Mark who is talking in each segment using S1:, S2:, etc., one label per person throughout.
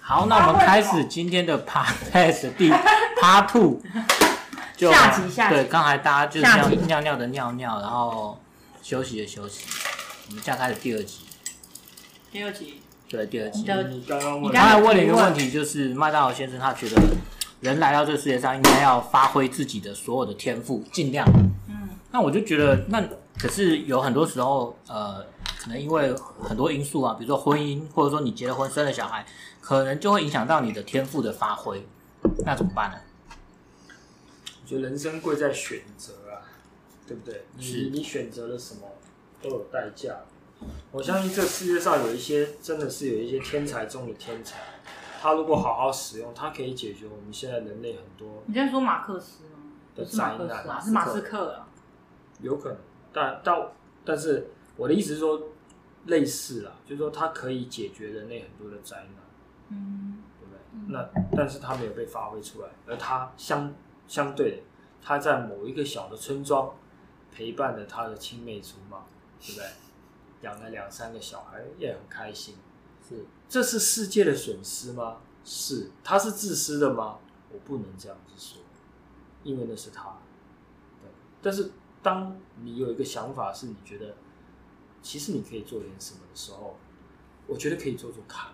S1: 好，那我们开始今天的 podcast 第 part two，就
S2: 下集下集
S1: 对，刚才大家就是
S2: 下
S1: 尿
S2: 集
S1: 尿尿的尿尿，然后休息的休息，我们现在开始第二集，
S3: 第二集，
S1: 对，第二集。
S2: 第二
S1: 刚
S2: 集
S3: 嗯你
S2: 问你
S3: 刚刚问
S2: 刚
S1: 才问了一个问题，就是麦当劳先生他觉得人来到这世界上应该要发挥自己的所有的天赋，尽量。
S2: 嗯，
S1: 那我就觉得，那可是有很多时候，呃，可能因为很多因素啊，比如说婚姻，或者说你结了婚生了小孩，可能就会影响到你的天赋的发挥。那怎么办呢？
S3: 我觉得人生贵在选择啊，对不对？
S1: 是
S3: 你你选择了什么都有代价。我相信这世界上有一些真的是有一些天才中的天才，他如果好好使用，他可以解决我们现在人类很多
S2: 你在说马克思吗？不是马克
S3: 宅
S2: 思啊，
S3: 男
S2: 是马斯克啊。
S3: 有可能，但但但是我的意思是说，类似啦，就是说它可以解决人类很多的灾难。
S2: 嗯，
S3: 对不对？那但是他没有被发挥出来，而他相相对的，他在某一个小的村庄陪伴着他的青梅竹马，对不对？养了两三个小孩也很开心，是这是世界的损失吗？是，他是自私的吗？我不能这样子说，因为那是他。对，但是当你有一个想法是你觉得其实你可以做点什么的时候，我觉得可以做做看。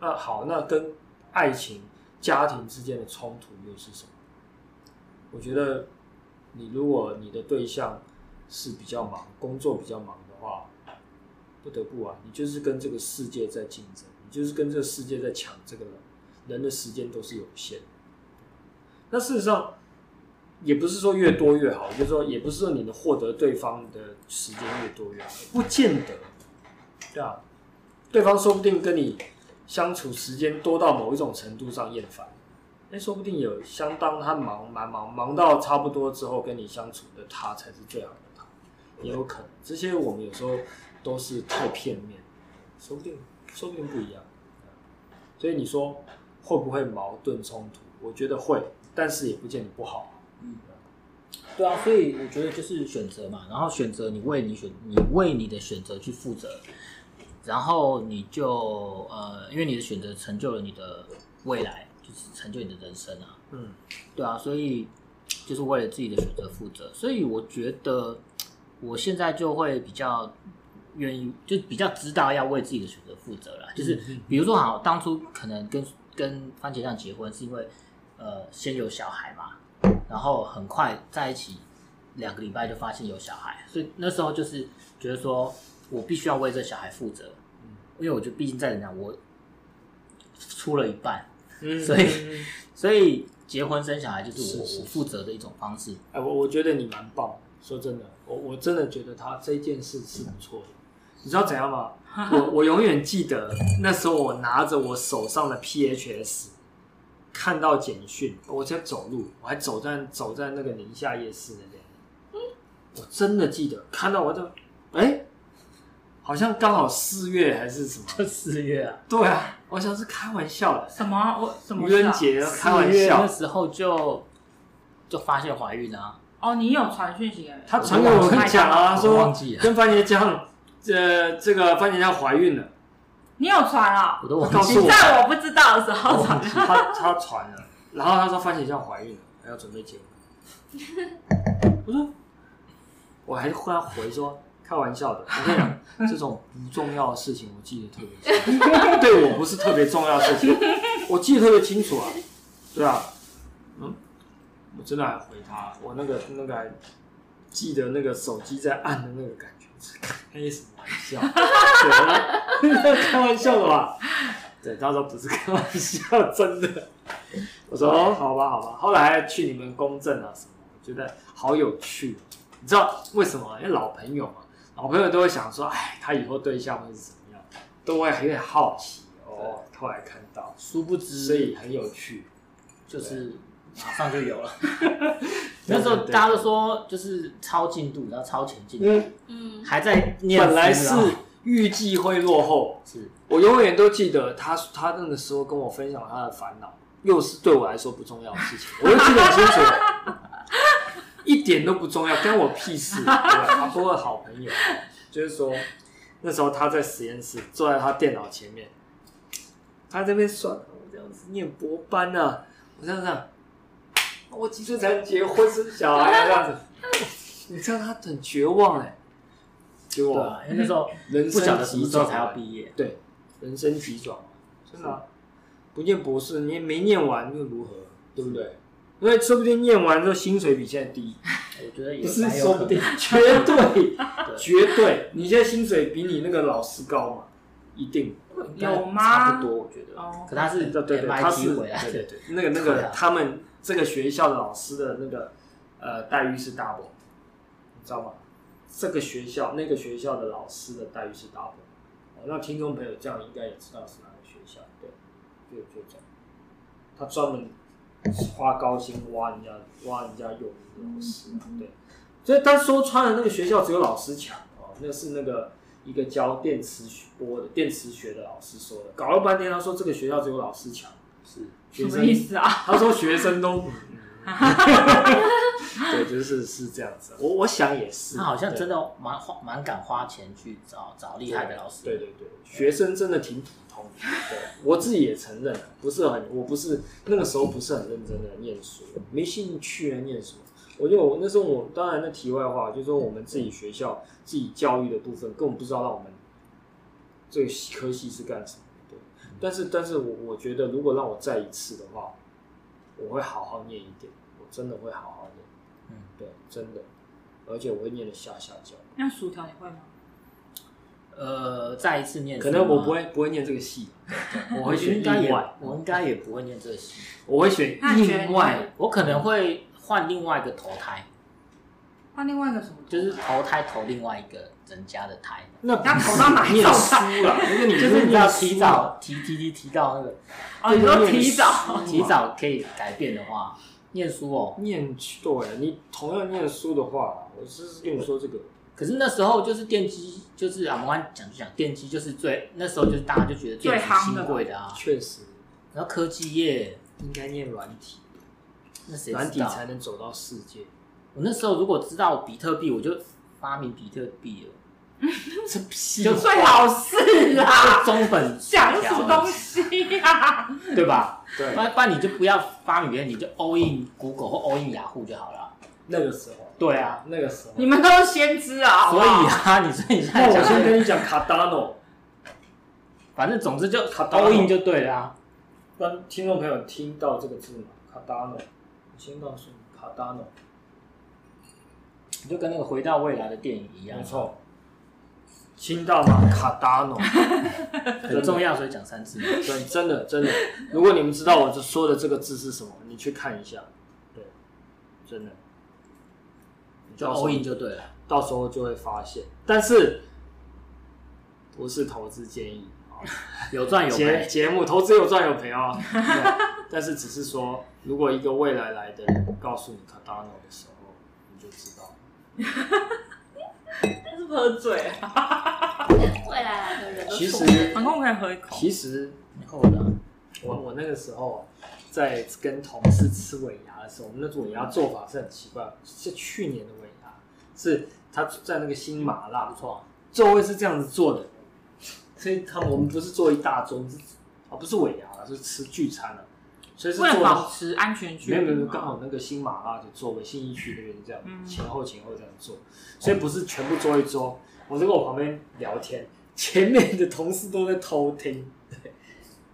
S3: 那好，那跟爱情、家庭之间的冲突又是什么？我觉得，你如果你的对象是比较忙，工作比较忙的话，不得不啊，你就是跟这个世界在竞争，你就是跟这个世界在抢这个人，人的时间都是有限的。那事实上，也不是说越多越好，就是说也不是说你能获得对方的时间越多越好，不见得，对啊，对方说不定跟你相处时间多到某一种程度上厌烦，哎，说不定有相当他忙蛮忙忙到差不多之后跟你相处的他才是最好的他，也有可能这些我们有时候都是太片面，说不定说不定不一样，所以你说会不会矛盾冲突？我觉得会，但是也不见得不好。啊
S1: 对啊，所以我觉得就是选择嘛，然后选择你为你选，你为你的选择去负责，然后你就呃，因为你的选择成就了你的未来，就是成就你的人生啊。
S3: 嗯，
S1: 对啊，所以就是为了自己的选择负责。所以我觉得我现在就会比较愿意，就比较知道要为自己的选择负责了。就是
S3: 嗯
S1: 比如说，好，当初可能跟跟番茄酱结婚是因为呃先有小孩嘛，然后很快在一起两个礼拜就发现有小孩，所以那时候就是觉得说我必须要为这小孩负责，
S3: 嗯
S1: 因为我觉得毕竟再怎么样我出了一半，
S3: 嗯
S1: 所以所以结婚生小孩就是我
S3: 是是
S1: 我负责的一种方式。
S3: 哎，我我觉得你蛮棒的，说真的，我我真的觉得他这件事是不错的。你知道怎样吗？我我永远记得那时候我拿着我手上的 PHS，看到简讯，我在走路，我还走在走在那个宁夏夜市那边，我真的记得看到我的，哎，好像刚好四月还是什么？
S1: 就四月啊，
S3: 对啊，我想是开玩笑的，
S2: 什么啊？我什么
S3: 愚
S2: 事啊
S3: 人节开
S1: 四
S3: 玩
S1: 月
S3: 笑
S1: 那，时候就就发现怀孕啊，
S2: 哦，你有传讯息给
S3: 他传给我跟讲啊，
S1: 我
S3: 说
S1: 忘记了
S3: 跟番茄酱，呃，这个番茄酱怀孕了，
S2: 你有传啊？
S1: 我都忘
S3: 告
S1: 记
S3: 诉
S2: 你
S3: 我
S2: 在我不知道的时候传的。
S3: 他他传了，然后他说番茄酱怀孕了，还要准备结婚。我说，我还忽然回说开玩笑的，我跟你讲，这种不重要的事情我记得特别清楚，对我不是特别重要的事情，我记得特别清楚啊，对啊，嗯，我真的还回他，我那个那个还记得那个手机在按的那个感觉，开什么玩笑？对啊，开玩笑的吧？对，他说不是开玩笑， 真的。我说哦，好吧，好吧。后来去你们公证啊什么，我觉得好有趣。哦你知道为什么？因为老朋友嘛，老朋友都会想说，哎，他以后对象会是怎么样，都会有点好奇哦。后来看到，
S1: 殊不
S3: 所
S1: 知
S3: 以很有趣。
S1: 就是马上就有了。 那时候大家都说就是超进度，然后超前进，
S3: 嗯，
S4: 嗯，
S1: 还在念书。
S3: 本来
S1: 你
S3: 是
S1: 知道吗
S3: 预计会落后，
S1: 是
S3: 我永远都记得他，他那个时候跟我分享他的烦恼，又是对我来说不重要的事情，我就记得很清楚，一点都不重要，跟我屁事。对吧他多了好朋友，就是说那时候他在实验室坐在他电脑前面，他这边算我这样子念博班啊，我这样想，我几岁才结婚生小孩啊？这样子，你这样他很绝望哎、绝
S1: 对
S3: 望，
S1: 啊，因为那时候
S3: 人
S1: 不
S3: 生
S1: 晓得什么
S3: 急
S1: 时候
S3: 转
S1: 才要毕业，
S3: 对，人生急转嘛，真的啊、不念博士，你没念完又如何，对不对？因为说不定念完之后薪水比现在低，
S1: 我觉得也
S3: 不 是
S1: 蛮有
S3: 说
S1: 可
S3: 不
S1: 能
S3: 定，绝对绝对，你现在薪水比你那个老师高嘛，一定
S2: 有
S3: 差
S2: 吗
S3: 不？多，我觉得。
S2: 哦
S1: 可，他是
S3: 对对对，他是
S1: MIT 回来
S3: 对对
S1: 的，
S3: 对，那个那
S1: 对
S3: 个
S1: 啊
S3: 他们这个学校的老师的那个呃待遇是 double，你知道吗？这个学校那个学校的老师的待遇是 double，哦，那听众朋友这样应该也知道是哪个学校，对，就就这样，他专门花高薪挖人家挖人家有名的老师嘛，对，所以他说穿了那个学校只有老师强哦，那是那个一个教电磁学波的电磁学的老师说的，搞了半天他说这个学校只有老师强，
S1: 是
S2: 什
S3: 学
S2: 么
S3: 生
S2: 意思啊？
S3: 他说学生都， 嗯嗯对，就是是这样子。我我想也是，
S1: 他好像真
S3: 的
S1: 的蛮花蛮敢花钱去找找厉害的老师，
S3: 对对对，学生真的挺普通的。对，我自己也承认，啊不是很，我不是那个时候不是很认真的念书，没兴趣来念什么。我就我那时候我当然那题外话，就是说我们自己学校自己教育的部分，根本不知道让我们这个科系是干什么的。对，但是但是我我觉得如果让我再一次的话，我会好好念一点，我真的会好好念。
S1: 嗯，
S3: 对，真的，而且我会念的下下教，
S2: 那薯条你会吗？
S1: 呃，再一次念书
S3: 可
S1: 吗，
S3: 能 我不会不会念这个系，我会选
S1: 应该
S3: 意
S1: 也
S3: 外，
S1: 我应该也不会念这些，
S3: 我会选
S2: 那你觉得
S3: 意
S2: 你
S3: 外，
S1: 我可能会换另外一个投胎，
S2: 换另外一个什么？
S1: 就是投胎投另外一个人家的胎，
S3: 那
S2: 要投到哪一
S3: 念
S2: 种
S3: 书了？那啊个你
S1: 就是你要
S3: 要
S1: 提早提提提提到那个
S2: 哦，你说提早，
S1: 提早可以改变的话，念书哦。
S3: 念对，你同样念书的话，我是跟你说这个，
S1: 可是那时候就是电机，就是啊，我们刚才讲就讲电机，就是最那时候就是大家就觉得电
S2: 最
S1: 子
S2: 夯的
S1: 新贵的啊，
S3: 确实
S1: 然后科技业
S3: 应该念软体，
S1: 那谁
S3: 软
S1: 知
S3: 体
S1: 道？
S3: 才能走到世界。
S1: 我那时候如果知道比特币，我就发明比特币了，
S3: 这屁
S1: 就
S2: 最好是
S1: 就
S2: 啊，
S1: 中本
S2: 讲什么东西啊？
S1: 对吧？
S3: 对
S1: 不，然不然你就不要发明别人，你就 all in Google 或 all in 雅虎就好了。
S3: 那个时候，
S1: 对啊，
S3: 那个时候
S2: 你，们都是先知啊，好不
S1: 所
S2: 好
S1: 以啊，你所以你现
S3: 那
S1: 在
S3: 我
S1: 讲
S3: 先
S1: 这个，
S3: 跟你讲卡达诺，
S1: 反正总之就
S3: 卡达
S1: all in 就对了啊。
S3: 让听众朋友听到这个字吗？卡达诺，你听到是吗卡达诺。
S1: 你就跟那个回到未来的电影一样，
S3: 没，错，清大马卡达诺，
S1: 很重要，所以讲三次。
S3: 对，真的真的。如果你们知道我这说的这个字是什么，你去看一下，对，真的，你
S1: 就
S3: 到时候
S1: all in 就对了。
S3: 到时候就会发现。但是不是投资建议啊？
S1: 有赚有
S3: 节
S1: 赔，
S3: 节目投资有赚有赔啊、哦，对但是只是说，如果一个未来来的人告诉你卡达诺的时候，你就知道了。
S2: 他是不是喝醉啊？
S4: 未来来的人都
S3: 其实
S4: 错了
S2: 航空可以喝一口。
S3: 其实
S1: 然后呢？
S3: 我我那个时候在跟同事吃尾牙的时候，我们那做尾牙做法是很奇怪，是去年的尾牙，是他在那个新麻辣不错，座位是这样子做的，所以他们我们不是做一大桌，是啊不是尾牙了，是吃聚餐了，所以是
S2: 为了
S3: 做
S2: 保
S3: 的
S2: 持安全距
S3: 没
S2: 离吗，
S3: 有没有没有，刚 好那个新马拉的座位，新一区那边这样、
S2: 嗯
S3: 前后前后这样坐，所以不是全部坐一桌。我就跟我旁边聊天，前面的同事都在偷听， 对，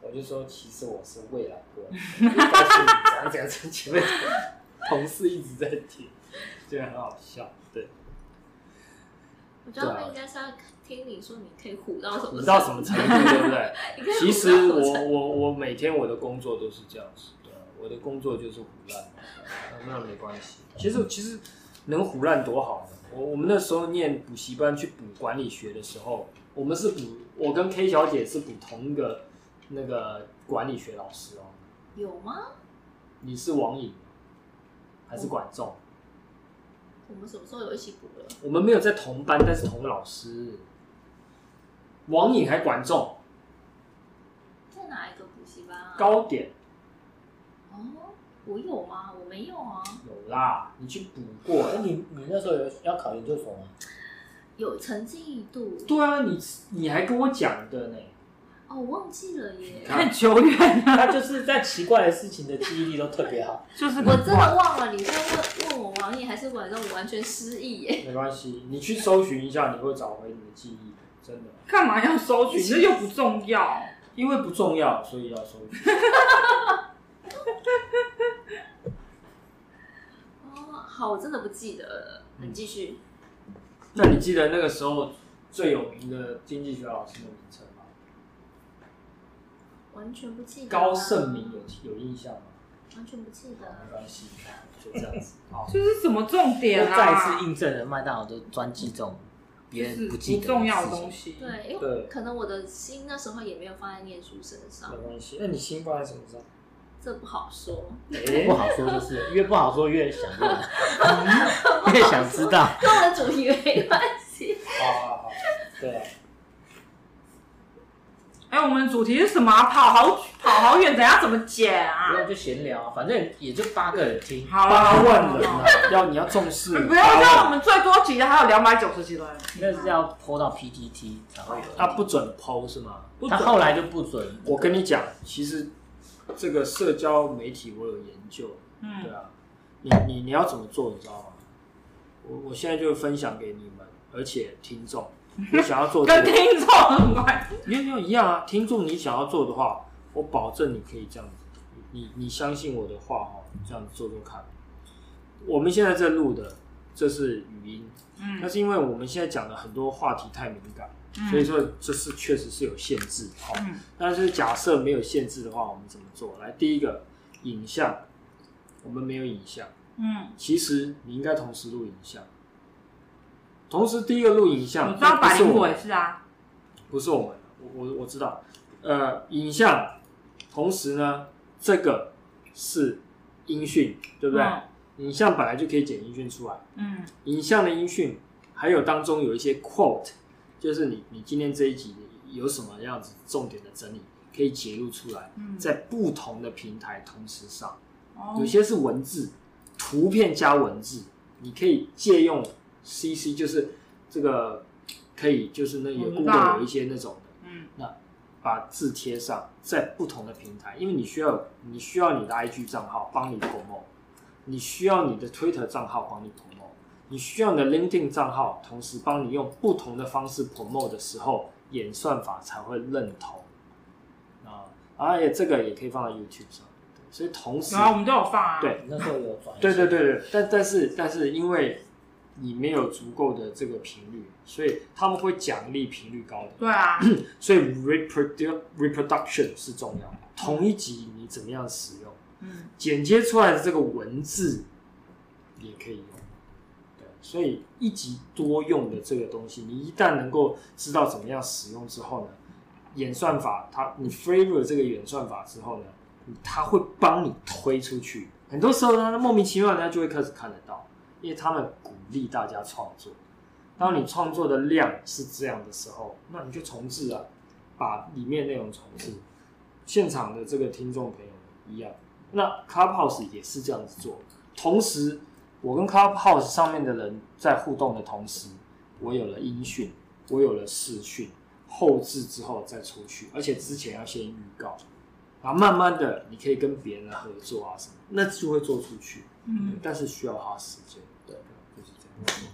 S3: 我就说其实我是未来过来的，我就告诉你怎样怎样怎样，前面同事一直在听，觉得很好笑，对，
S4: 我
S3: 啊
S4: 觉得他们应该是要听你说，你可以唬到什么？
S3: 你到什么程度，对不对？
S4: 你可以唬到
S3: 其 实
S4: 什么程
S3: 我
S4: 度
S3: 我我每天我的工作都是这样子，对啊，我的工作就是胡乱，那那没关系。其实其实能胡乱多好呢。我我们那时候念补习班去补管理学的时候，我们是补我跟 K 小姐是补同一个那个管理学老师哦。
S4: 有吗？
S3: 你是王颖还是管仲？
S4: 我们什么时候有一起补了？
S3: 我们没有在同班，但是同老师。王颖还管仲，
S4: 在哪一个补习班啊？
S3: 高点
S4: 哦，我有吗？我没有啊，
S3: 有啦，你去补过
S1: 哎，你你那时候有要考研究所吗？
S4: 有曾经一度
S3: 对啊，你你还跟我讲的呢，
S4: 哦，我忘记了耶，
S2: 很久远了，
S1: 他就是在奇怪的事情的记忆力都特别好，
S2: 就是
S3: 嗯
S4: 我真的忘了。你在问问我王毅还是晚上，我完全失忆耶。
S3: 没关系，你去搜寻一下，你会找回你的记忆的，真的。
S2: 干嘛要搜取？这又不重要。
S3: 因为不重要，所以要搜寻。
S4: 哦，好，我真的不记得了。你继续。
S3: 嗯那你记得那个时候最有名的经济学老师的名称吗？
S4: 完全不记得、啊
S3: 高盛嗯明，有有印象吗？
S4: 完全不记
S3: 好，没
S4: 得。啊
S3: 关系，就这样子。 好，
S2: 这是什么重点啊？
S1: 再次印证了麦当劳都专记这种别
S2: 就是
S1: 人记得的
S2: 不重要的
S1: 事情
S2: 东。西。，
S4: 对，因为
S3: 对
S4: 可能我的心那时候也没有放在念书身上
S3: 没，关系。那哎你心放在什么上？
S4: 这不好说。
S3: 哎
S1: 不好说，就 是越不好说越想问， 越想知道。
S4: 跟我的主题没关系。
S3: 好好好，对啊，
S2: 哎、我们主题是什么啊、跑好跑好远，等下怎么剪啊
S1: 不？要就闲聊啊，反正也就八个人听。
S2: 好啦
S3: 八万人
S2: 好
S3: 啊
S2: 啦，
S3: 要你要重视。
S2: 不要让我们最多集的还有两百九十集的人，
S1: 那是要泼到 PTT 才会有。
S3: 他不准剖是吗？
S2: 不
S1: 他
S2: 准
S1: 后来就不准，
S3: 我跟你讲，其实这个社交媒体我有研究，对
S2: 嗯，
S3: 啊，你你你要怎么做，你知道吗？我我现在就分享给你们，而且听众， 你想要做这
S2: 跟
S3: 个，
S2: 听众很关系。
S3: 没有没有一样啊，听众你想要做的话，我保证你可以这样子，你你你相信我的话哦，你这样做做看。我们现在在录的这是语音，那
S2: 嗯
S3: 是因为我们现在讲的很多话题太敏感，
S2: 嗯
S3: 所以说这是确实是有限制的哦。
S2: 嗯，
S3: 但是假设没有限制的话，我们怎么做？来，第一个影像，我们没有影像，
S2: 嗯，
S3: 其实你应该同时录影像。同时，第一个录影像，
S2: 我知道
S3: 不
S2: 百
S3: 是
S2: 灵
S3: 我
S2: 果
S3: 们
S2: 也是啊，
S3: 不是我们，我我我知道。呃，影像，同时呢，这个是音讯，
S2: 对
S3: 对不对？影像本来就可以剪音讯出来，
S2: 嗯
S3: 影像的音讯，还有当中有一些 quote，就是你你今天这一集有什么样子重点的整理，可以截录出来，
S2: 嗯，
S3: 在不同的平台同时上。
S2: 哦
S3: 有些是文字，图片加文字，你可以借用 CC，就是这个可以就是那
S2: 我
S3: 有
S2: 知道啊
S3: Google 有一些那种的，
S2: 嗯
S3: 把字贴上，在不同的平台，因为你需要你需要你的 IG 账号帮你 promo，你需要你的 Twitter 账号帮你 promo，你需要你的 LinkedIn 账号，同时帮你用不同的方式 promo 的时候，演算法才会认同啊，而且这个也可以放在 YouTube 上，对所以同时
S2: 然后我们都有放啊，
S3: 对
S1: 那时候有转。
S3: 对对，对对，但但是但是因为你没有足够的这个频率，所以他们会奖励频率高的，
S2: 对啊，
S3: 所以 reprodu reproduction 是重要的。同一集你怎么样使用，
S2: 嗯
S3: 剪接出来的这个文字也可以用。对，所以一集多用的这个东西，你一旦能够知道怎么样使用之后呢，演算法它你 favor 这个演算法之后呢，它会帮你推出去。很多时候呢，莫名其妙人家就会开始看得到，因为他们鼓励大家创作。当你创作的量是这样的时候，那你就重置啊，把里面内容重置。现场的这个听众朋友们一样，那 Clubhouse 也是这样子做。同时，我跟 Clubhouse 上面的人在互动的同时，我有了音讯，我有了视讯，后置之后再出去，而且之前要先预告，然后慢慢的你可以跟别人合作啊什么，那就会做出去，
S2: 嗯，
S3: 但是需要花时间。对，就是这 样。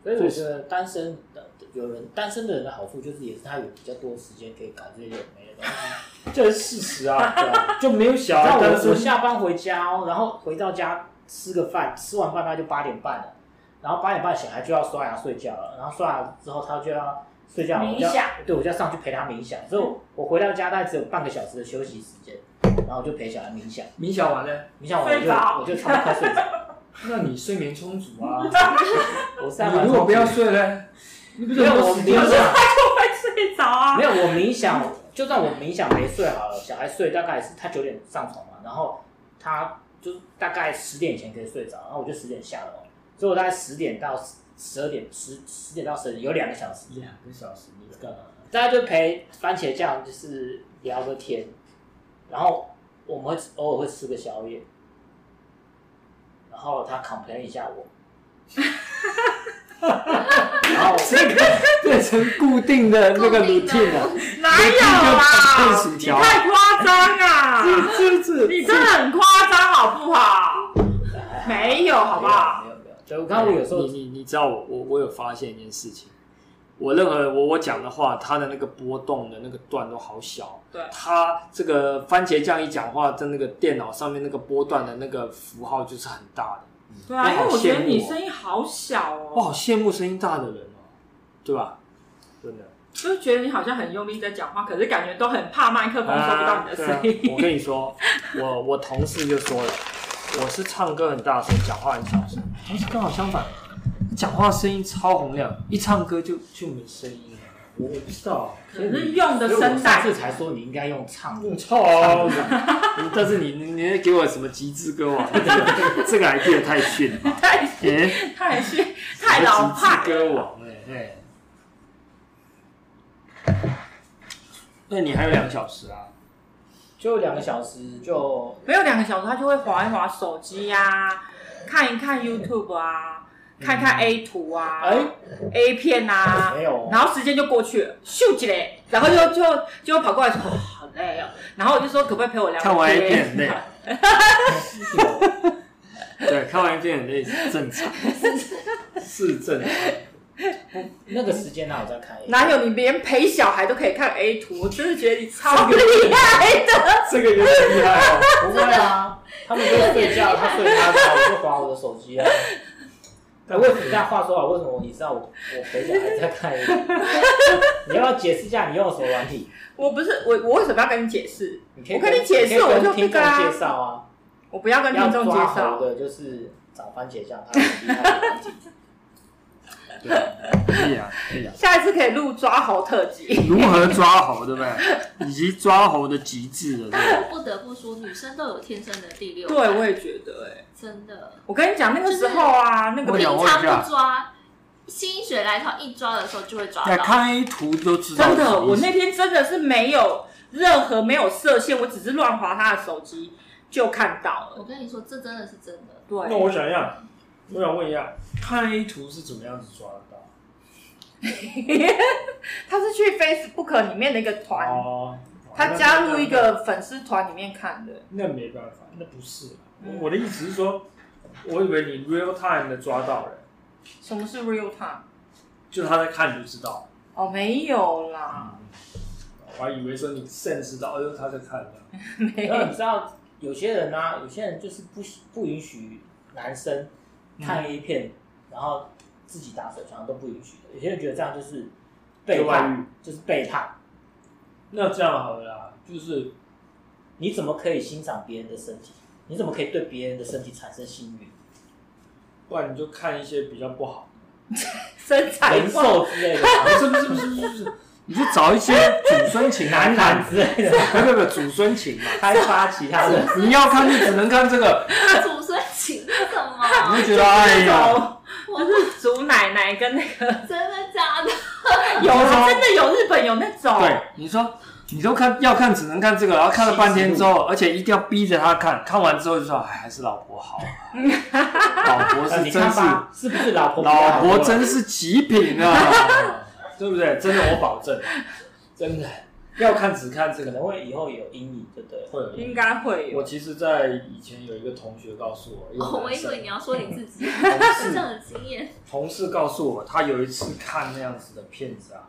S1: 所以我觉得单身的有人单身的人的好处就是，也是他有比较多时间可以搞这些有的没的东西。
S3: 这是事实啊，对啊就没有小
S1: 然
S3: 孩
S1: 后
S3: 单
S1: 我我
S3: 身。
S1: 下班回家哦，然后回到家吃个饭，吃完饭大概就八点半了，然后八点半小孩就要刷牙睡觉了，然后刷牙之后他就要睡觉，我就要
S2: 冥想
S1: 对我就要上去陪他冥想，所以我我回到家大概只有半个小时的休息时间，然后我就陪小孩冥想，
S3: 冥想完了，
S1: 冥想完我
S2: 睡着
S1: 就我就差不多快睡 着，
S3: 那你睡眠充足啊。
S1: 我上
S3: 你
S1: 班
S3: 如果不要睡呢？你不是
S1: 没有
S3: 很多
S1: 我
S3: 时
S1: 冥
S3: 间吗
S1: 想，
S2: 都会睡着 啊
S1: 没，有我冥想，就算我冥想没睡好了，小孩睡大概是他九点上床嘛，然后他就大概十点前可以睡着，然后我就十点下楼，所以我大概十点到十二点十十点到十点有两个小时，
S3: 两个小时你干嘛？
S1: 大家就陪番茄酱就是聊个天，然后我们会偶尔会吃个宵夜，然后他 complain 一下我，
S3: 然后这个变成固定的那个
S4: 固定的
S3: routine 了，
S2: 哪有
S3: 你
S2: 啊
S3: 看？薯
S2: 你
S3: 条
S2: 太夸张啊！
S3: 这这
S2: 你真的很夸张，好不好？没有，好不好？
S1: 哎没有没有，就我看我有时候
S3: 你你你知道我我我有发现一件事情，我任何我我讲的话，它的那个波动的那个段都好小。
S2: 对
S3: 它这个番茄酱一讲话，在那个电脑上面那个波段的那个符号就是很大的。
S2: 对啊，
S3: 我好
S2: 因为我觉得
S3: 羡
S2: 你
S3: 慕哦
S2: 声音好小
S3: 我
S2: 哦，
S3: 好羡慕声音大的人哦，对吧？真的。
S2: 就是觉得你好像很用力在讲话，可是感觉都很怕麦克风收不到你的 声
S3: 啊对啊我
S2: 音。
S3: 跟你说，我我同事就说了，我是唱歌很大声，讲话很小声。同事刚好相反，讲话声音超洪亮，一唱歌就就没声音了。我我不知道，
S2: 可是用的声带
S1: 这才说你应该用唱的
S3: 我，操！啊你但是你你你给我什么极致歌王？这 个这个 idea 太逊了吧，
S2: 太
S3: 哎、
S2: 太是太老派
S3: 极致歌王哎、哎那你还有两个小时啊？
S1: 就两个小时就
S2: 没有两个小时，他就会划一划手机呀、啊，看一看 YouTube 啊，看一看 A 图啊、
S1: 哎
S2: A 片啊，
S1: 没有
S2: 然后时间就过去了，咻几嘞，然后就就就跑过来说、哦、好累哦，然后我就说可不可以陪我聊个天？
S3: 看完 A 片很 累，对，看完 A 片很累是正 常，是正常。
S1: 那个时间哪有在开？
S2: 哪有你连陪小孩都可以看 A 图？我真的觉得你超厉害的。
S3: 这个有点厉害哦。
S1: 不会 啊，他们都睡觉，他睡他的，我就划我的手机啊。 哎，为什么？但话说回来，为什么你知道我我陪小孩在 看 A 片？你要不要解释一下你用了什么软体？
S2: 我不是我，我为什么要跟你解释？
S1: 你可以
S2: 我跟你解释
S1: 可以跟
S2: 我就
S1: 听
S2: 这
S1: 众
S2: 个啊
S1: 介绍啊，
S2: 我不要跟
S1: 要
S2: 听众介
S1: 抓
S2: 绍
S1: 猴。的就是找番茄酱，他很厉害的软体。
S3: 对，可以啊，可以啊。
S2: 下一次可以录抓猴特辑。
S3: 如何抓猴，对不对？以及抓猴的极致的，对不
S4: 但
S3: 对？
S4: 我不得不说，女生都有天生的第六
S2: 对，
S4: 感，
S2: 我也觉得、哎，
S4: 真的。
S2: 我跟你讲，那个时候啊，那个
S3: 我
S4: 平
S3: 想问一
S4: 常
S3: 下
S4: 不抓，心血来潮一抓的时候就会抓
S3: 对，
S4: 到。
S3: 看 A 图都知道。
S2: 真的，我那天真的是没有任何没有射线，我只是乱划他的手机就看到
S4: 我
S2: 了。
S4: 跟你说，这真的是真的。
S3: 那
S2: 对，
S3: 我想一下，我想问一下，看 A 图是怎么样子抓得到？
S2: 他是去 Facebook 里面的一个团，
S3: 哦，
S2: 他加入一个粉丝团里面看的。
S3: 那没办法，那不是啊、
S2: 嗯
S3: 我的意思是说，我以为你 real time 的抓到人，
S2: 什么是 real time？
S3: 就他在看你就知道，
S2: 哦，没有啦，
S3: 我还以为说你 sense 到，哎呦他在看呢。
S2: 没
S1: 然后你
S2: 有。
S1: 知道有些人啊，有些人就是不喜不允许男生
S3: 嗯
S1: 看 A 片，然后自己打手枪都不允许的。有些人觉得这样就是背
S3: 就外
S1: 叛
S3: 遇，
S1: 就是背叛。
S3: 那这样好了啦，就是
S1: 你怎么可以欣赏别人的身体？你怎么可以对别人的身体产生性欲？
S3: 不然你就看一些比较不好，
S2: 身材
S1: 人
S2: 挂
S1: 兽之类的 啊，
S3: 不是不是不是不是，你就找一些祖孙 情
S1: 男男之 类的，
S3: 没有没有祖孙情嘛，
S1: 开发其他的。
S3: 你要看就只能看这个，
S4: 祖孙情是什 么？
S3: 你就觉得哎呀，
S2: 那
S4: 我
S2: 种，就是祖奶奶跟那个
S4: 真的假的？
S2: 有啊，真的有日本有那种，
S3: 对，你说你都看要看只能看这个，然后看了半天之后，而且一定要逼着他看，看完之后就说，哎，还是老婆好啊，老婆
S1: 呃
S3: 是
S1: 你
S3: 真
S1: 看
S3: 是，
S1: 吧，是不是老婆比较
S3: 老
S1: 好
S3: 婆真是极品啊， 对不对？真的，我保证，
S1: 真的，
S3: 要看只看这
S1: 可
S3: 个
S1: 能会以后有阴影，对不对？
S3: 会有
S2: 应该会有
S3: 我。其实，在以前有一个同学告诉我，一个
S4: 哦，我
S3: 男
S4: 以
S3: 生
S4: 为你要说你自己，
S3: 同
S4: 这
S3: 事
S4: 样的经验。
S3: 同事告诉我，他有一次看那样子的片子啊，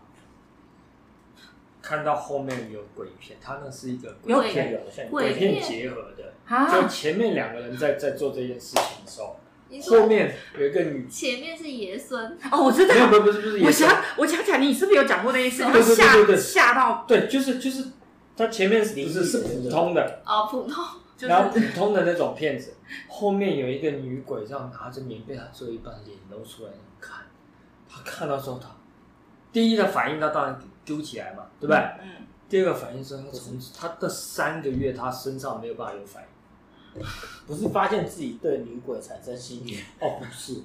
S3: 看到后面有鬼片，他那是一个鬼
S2: 有
S1: 有
S4: 鬼
S1: 些有些人
S3: 鬼
S4: 鬼
S3: 片
S4: 片
S3: 结合的，
S2: 啊
S3: 就前面两个人在在做这件事情的时候，
S4: 你
S3: 后
S4: 说
S3: 面有一个女，
S4: 前面是爷孙，
S2: 哦，我知道
S3: 没，有不是不是不是，
S2: 我
S3: 也是
S2: 想，我想起来，你是不是有讲过那件事？
S3: 对
S2: 他
S3: 对对对
S2: 吓
S3: 对
S2: 吓到，
S3: 对，就是就是，他前面是不是是普通的，
S4: 哦，普通
S2: 就
S3: 然后
S2: 是
S3: 普通的那种片子，后面有一个女鬼这样拿着棉被，她做一半脸露出来看，她看到之后，她第一的反应，她当然丢起来嘛，对不对？
S2: 嗯，
S3: 第二个反应是她从此她的三个月，她身上没有办法有反应。
S1: 不是发现自己对女鬼产生性欲，
S3: 哦，不是，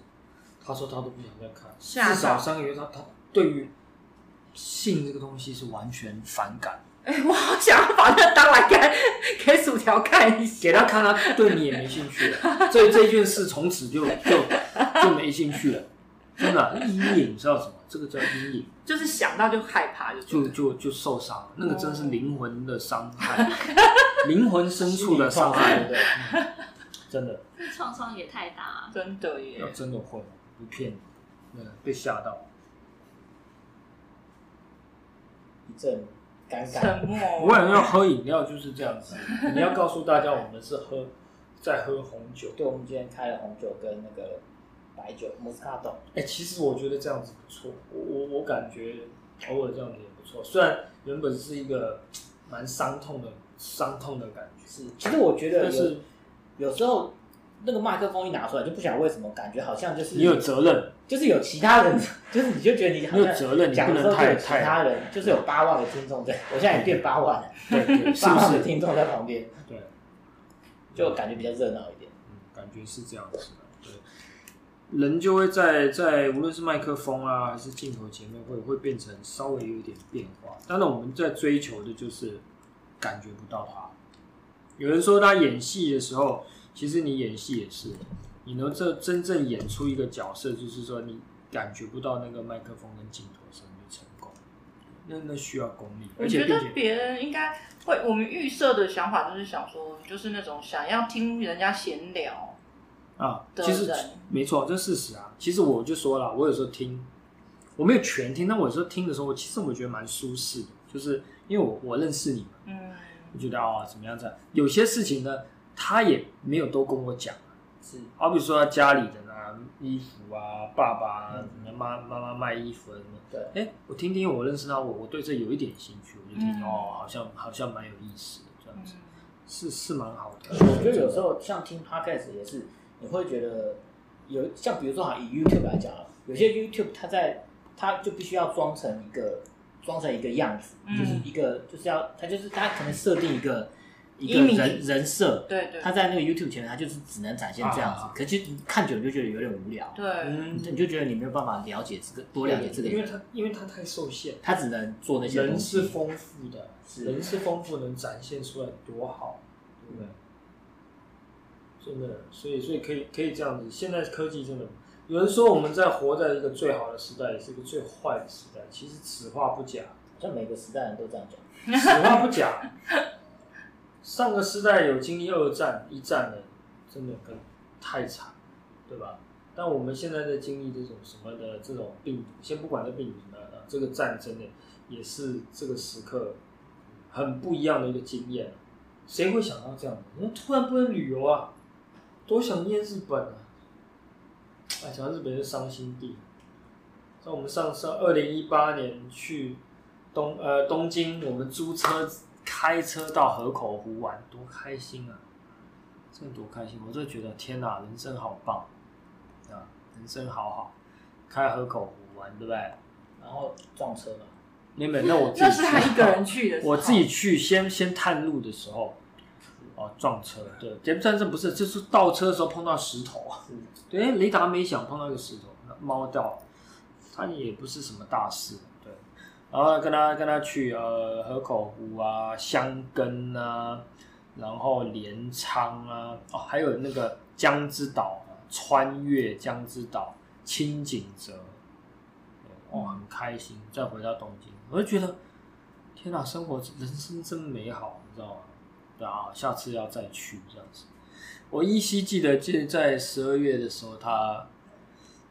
S3: 她说她都不想再看，
S2: 吓到
S3: 至少三个月她，她对于性这个东西是完全反感。
S2: 哎，我好想要把那当来看，给薯条看一下。
S3: 给他看，他对你也没兴趣了。这这件事从此就就就没兴趣了。真的啊阴影，你知道什么？这个叫阴影，
S2: 就是想到就害怕就对
S3: 就
S2: 了，
S3: 就就受伤了，那个真是灵魂的伤 害，灵魂深处的伤害，
S1: 对，
S3: 真的
S4: 这创伤也太大、啊。
S2: 真的耶
S3: 要。真的会不骗你，嗯，被吓到。
S1: 一阵尴尬。
S2: 沉默。
S3: 我感觉喝饮料就是这样子，你要告诉大家我们是喝在喝红酒。
S1: 对，我们今天开了红酒跟那个白酒 Moscato，
S3: 哎、其实我觉得这样子不错，我我我感觉偶尔这样子也不错。虽然原本是一个蛮伤痛的伤痛的感觉，
S1: 是，其实我觉得
S3: 但
S1: 有
S3: 是
S1: 有时候那个麦克风一拿出来，就不晓得为什么感觉好像就是
S3: 你有责任，
S1: 就是有其他人， 就是你就觉得你好
S3: 你有
S1: 像
S3: 责任，你
S1: 讲
S3: 不
S1: 的时候
S3: 能
S1: 就有
S3: 太
S1: 其他
S3: 太
S1: 人，就是有八万的听众在，我现在也变八万了，
S3: 对对，是
S1: 八
S3: 不
S1: 万的
S3: 是？
S1: 听众在旁边，
S3: 对，
S1: 就感觉比较热闹一点。
S3: 嗯，感觉是这样子的。对，人就会在在无论是麦克风啊，还是镜头前面会会变成稍微有一点变化。当然，我们在追求的就是感觉不到他。有人说他演戏的时候，其实你演戏也是，你能这真正演出一个角色，就是说你感觉不到那个麦克风跟镜头上就成功。那那需要功力，
S2: 我
S3: 而且
S2: 觉
S3: 并
S2: 得
S3: 且
S2: 别人应该会，我们预设的想法就是想说，就是那种想要听人家闲聊，
S3: 啊，
S2: 的
S3: 其实
S2: 人
S3: 没错，这是事实啊。其实我就说了，我有时候听，我没有全听，但我有时候听的时候，其实我觉得蛮舒适的，就是因为我我认识你们，
S2: 嗯，
S3: 我觉得啊、怎么样这样，有些事情呢，他也没有都跟我讲，啊
S1: 是，
S3: 好比说他家里的呢，衣服啊，爸爸啊，怎么样妈妈妈卖衣服啊什么的。
S1: 对，
S3: 哎，我听听，我认识他，我我对这有一点兴趣，我就听
S2: 嗯
S3: 听、哦，好像好像蛮有意思的，这样子、是是蛮好的。
S1: 我觉得有时候像听 podcast 也是，你会觉得有像比如说，好以 YouTube 来讲啊，有些 YouTube 它在它就必须要装成一个装成一个样子，
S2: 嗯
S1: 就是一个就是要它就是它可能设定一个一个
S2: Image
S1: 人人设，
S2: 对对
S1: 它在那个 YouTube 前面它就是只能展现这样子
S3: 啊，
S1: 可其实你看久了就觉得有点无聊，
S2: 对，
S3: 嗯
S1: 你就你就觉得你没有办法了解这个多了解这个
S3: 因为
S1: 人，
S3: 他因为他太受限，
S1: 它只能做那些东
S3: 人
S1: 西
S3: 是。丰富的，
S1: 是
S3: 人是丰富，能展现出来多好，对不对？真的，所以所以可以可以这样子。现在科技真的，有人说我们在活在一个最好的时代，也是一个最坏的时代。其实此话不假，
S1: 好像每个时代人都这样讲，
S3: 此话不假。上个时代有经历二战、一战的，真的跟太惨，对吧？但我们现在在经历这种什么的这种病毒，先不管这病毒什么的，这个战争的也是这个时刻很不一样的一个经验。谁会想到这样的？我们突然不能旅游啊，多想念日本啊！哎，讲到日本是伤心地。像我们上上二零一八年去东呃东京，我们租车开车到河口湖玩，多开心啊！真的多开心！我就觉得天哪，人生好棒啊，人生好好，开河口湖玩，对不对？
S1: 然后撞车嘛，
S3: 那没那我自 己
S2: 那是
S3: 去
S2: 他一个人去的时候，
S3: 我自己去先先探路的时候，哦撞车，对，也不算是不是，就是倒车的时候碰到石头啊，
S1: 是
S3: 对，雷达没响碰到一个石头，那猫掉了，它也不是什么大事，对。然后跟他跟他去呃河口湖啊、香根啊，然后镰仓啊，哦还有那个江之岛，啊穿越江之岛、清景泽，对哦很开心。再回到东京，我就觉得天哪，生活人生真美好，你知道吗？对啊，下次要再去这样子。我依稀记得，记在十二月的时候，他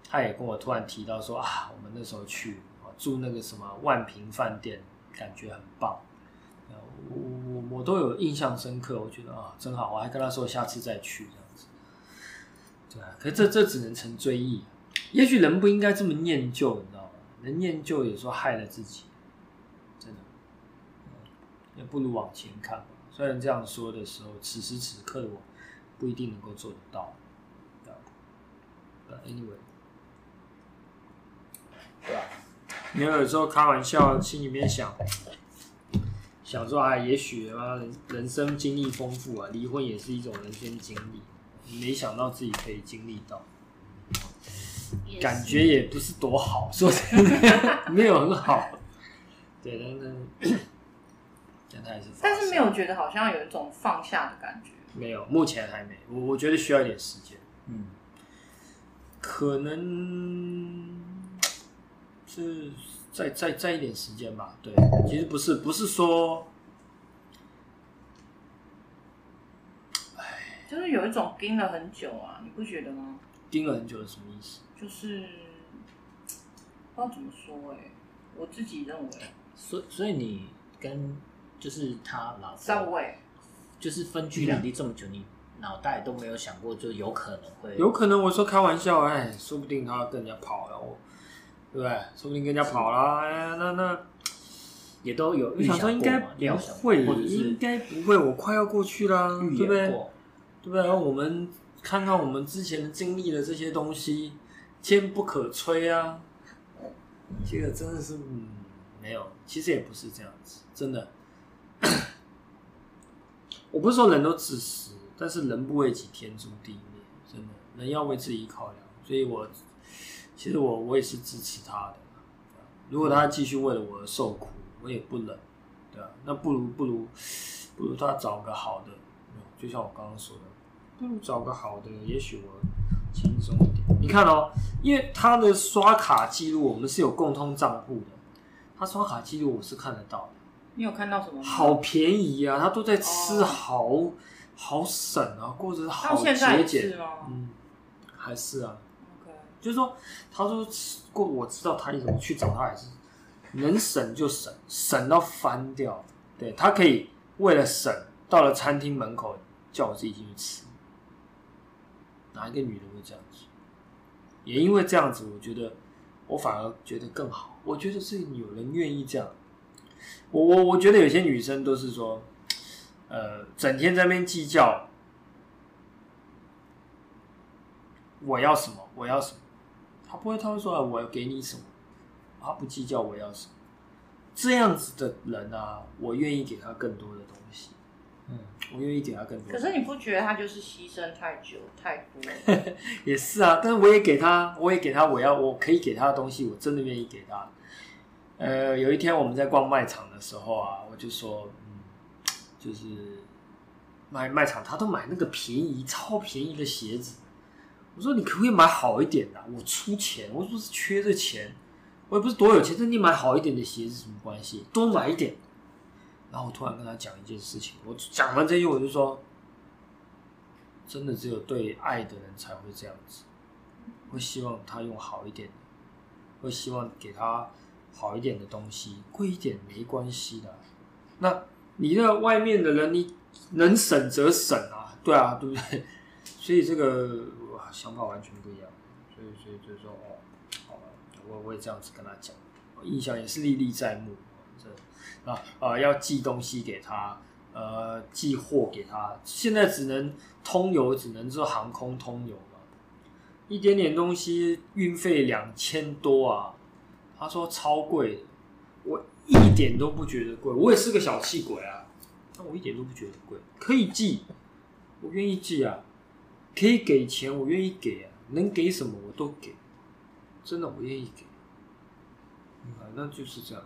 S3: 他也跟我突然提到说啊，我们那时候去啊住那个什么万平饭店，感觉很棒。呃我我我都有印象深刻，我觉得啊真好，我还跟他说下次再去这样子。对啊，可是这这只能成追忆，也许人不应该这么念旧，你知道吗？人念旧有时候害了自己，真的。嗯也不如往前看吧。虽然这样说的时候，此时此刻的我不一定能够做得到。But anyway，
S1: 对吧？
S3: 你有时候开玩笑，心里面想，想说啊，也许啊，人人生经历丰富啊，离婚也是一种人生经历，没想到自己可以经历到，
S4: 也是
S3: 感觉也不是多好， 说真的没有很好。对，但是但他还是发生，
S2: 但是没有觉得好像有一种放下的感觉。
S3: 没有，目前还没，我我觉得需要一点时间。
S1: 嗯，
S3: 可能是再再再一点时间吧。对，其实不是不是说
S2: 就是有一种盯了很久啊，你不觉得吗？
S3: 盯了很久是什么意思？
S2: 就是不知道怎么说哎、我自己认为
S1: 所所以你跟就是他老
S2: 三
S1: 婆，
S2: 位
S1: 就是分居两地这么久，你脑袋都没有想过，就有可能会
S3: 有可能我说开玩笑，哎，说不定他跟人家跑了，我对不对？说不定跟人家跑了，哎呀，那那
S1: 也都有
S3: 我
S1: 预
S3: 想
S1: 想过
S3: 说
S1: 嘛
S3: 应该
S1: 料
S3: 不
S1: 想过
S3: 会，
S1: 或者是
S3: 应该不会，我快要过去啦，
S1: 预
S3: 对不对
S1: 言？过。
S3: 对不对？我们看看我们之前经历的这些东西，坚不可摧啊。这个真的是，嗯，没有，其实也不是这样子，真的。我不是说人都自私，但是人不为己，天诛地灭，真的，人要为自己考量。所以我其实我我也是支持他的，对啊如果他继续为了我而受苦，我也不忍，对啊，那不如不如不如他找个好的，嗯就像我刚刚说的，不如找个好的，也许我轻松一点。你看哦，因为他的刷卡记录我们是有共通账户的，他刷卡记录我是看得到
S2: 你有看到什么吗
S3: 的，好便宜啊，他都在吃
S2: 哦
S3: 好、好省啊，或者是
S2: 到
S3: 好
S2: 现在
S3: 节
S2: 也是
S3: 俭，
S2: 吗
S3: 嗯，还是啊，
S2: ？OK，
S3: 就是说，他说过我知道他意思，我去找他也是能省就省，省到翻掉。对他可以为了省，到了餐厅门口叫我自己进去吃。哪一个女的会这样子？也因为这样子，我觉得我反而觉得更好。我觉得是有人愿意这样。我我我觉得有些女生都是说，呃，整天在那边计较我要什么，我要什么，他不会，他会说、啊、我要给你什么，他不计较我要什么。这样子的人啊，我愿意给他更多的东西，
S1: 嗯，
S3: 我愿意给他更多的
S2: 可
S3: 东西。
S2: 是你不觉得他就是牺牲太久太多了？
S3: 也是啊，但是我也给他，我也给他我要我可以给他的东西，我真的愿意给他。呃，有一天我们在逛卖场的时候啊，我就说，嗯，就是卖卖场他都买那个便宜超便宜的鞋子，我说你可不可以买好一点的啊、我出钱，我又不是缺这钱，我也不是多有钱，但你买好一点的鞋子什么关系？多买一点。然后我突然跟他讲一件事情，我讲完这句我就说，真的只有对爱的人才会这样子，会希望他用好一点的，会希望给他好一点的东西，贵一点没关系的。那你那外面的人，你能省则省啊，对啊，对不对？ 所以这个哇想法完全不一样，所以所以就是说哦，好吧，我我也这样子跟他讲，我印象也是历历在目，这啊呃要寄东西给他，呃寄货给他，现在只能通邮，只能做航空通邮嘛，一点点东西运费两千多啊，他说超贵的，我一点都不觉得贵，我也是个小气鬼啊，但我一点都不觉得贵，可以寄，我愿意寄啊，可以给钱我愿意给啊，能给什么我都给，真的我愿意给，啊那就是这样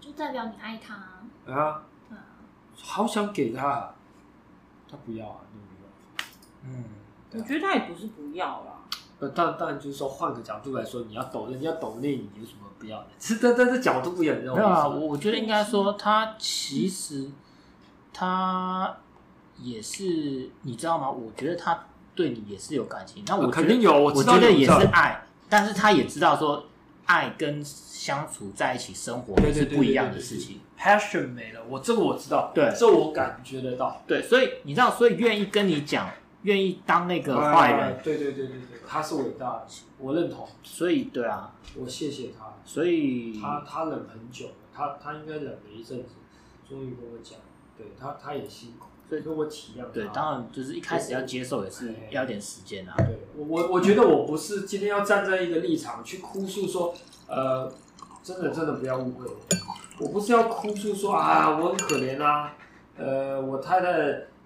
S4: 就代表你爱他啊。
S3: 啊，
S4: 对啊
S3: 好想给他啊，他不要啊，那没办法。
S1: 嗯，
S2: 我觉得他也不是不要啦，
S3: 呃，当当然就是说，换个角度来说，你要抖，人家抖内你有什么不要的？ 这这这这角度不一样，你知道
S1: 没有啊，
S3: 吗？
S1: 我我觉得应该说，嗯他其实他也是，你知道吗？我觉得他对你也是有感情，那我
S3: 呃
S1: 觉得
S3: 肯定有，我
S1: 我
S3: 知道
S1: 觉得
S3: 你
S1: 也
S3: 知道
S1: 是爱，但是他也知道说，爱跟相处在一起生活
S3: 对
S1: 是
S3: 对对
S1: 不一样的事情。
S3: passion 没了，我这个我知道，
S1: 对
S3: 这我感觉得到。
S1: 对，所以你知道，所以愿意跟你讲，愿意当那个坏人，
S3: 哎，对对对对对，他是伟大的，我认同，
S1: 啊所以对啊，
S3: 我谢谢他，
S1: 所以
S3: 他他忍很久了，他他应该忍了一阵子，终于跟我讲，对他他也辛苦，所
S1: 对
S3: 以我体谅他。
S1: 对，当然就是一开始要接受也是
S3: 哎
S1: 要点时间啊。
S3: 对我我我觉得我不是今天要站在一个立场去哭诉说，呃，真的真的不要误会我，我不是要哭诉说啊我很可怜啊，呃我太太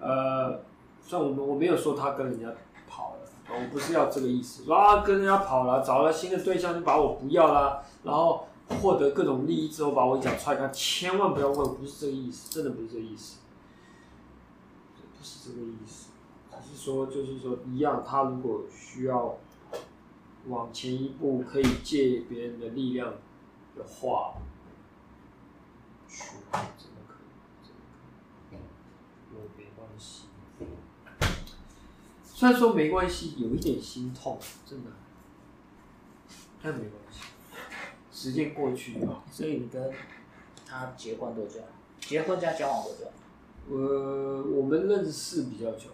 S3: 呃，虽然我们我没有说她跟人家跑了，我不是要这个意思，说啊跟人家跑了，找了新的对象就把我不要啦，然后获得各种利益之后把我一脚踹开，千万不要问，我不是这个意思，真的不是这个意思，不是这个意思。只是说，就是说一样，他如果需要往前一步，可以借别人的力量的话，说真的可以，真的可以，我没关系。虽然说没关系，有一点心痛，真的，但没关系，时间过去了。
S1: 所以你跟他结婚多久？啊结婚加交往多久？啊
S3: 呃，我们认识比较久，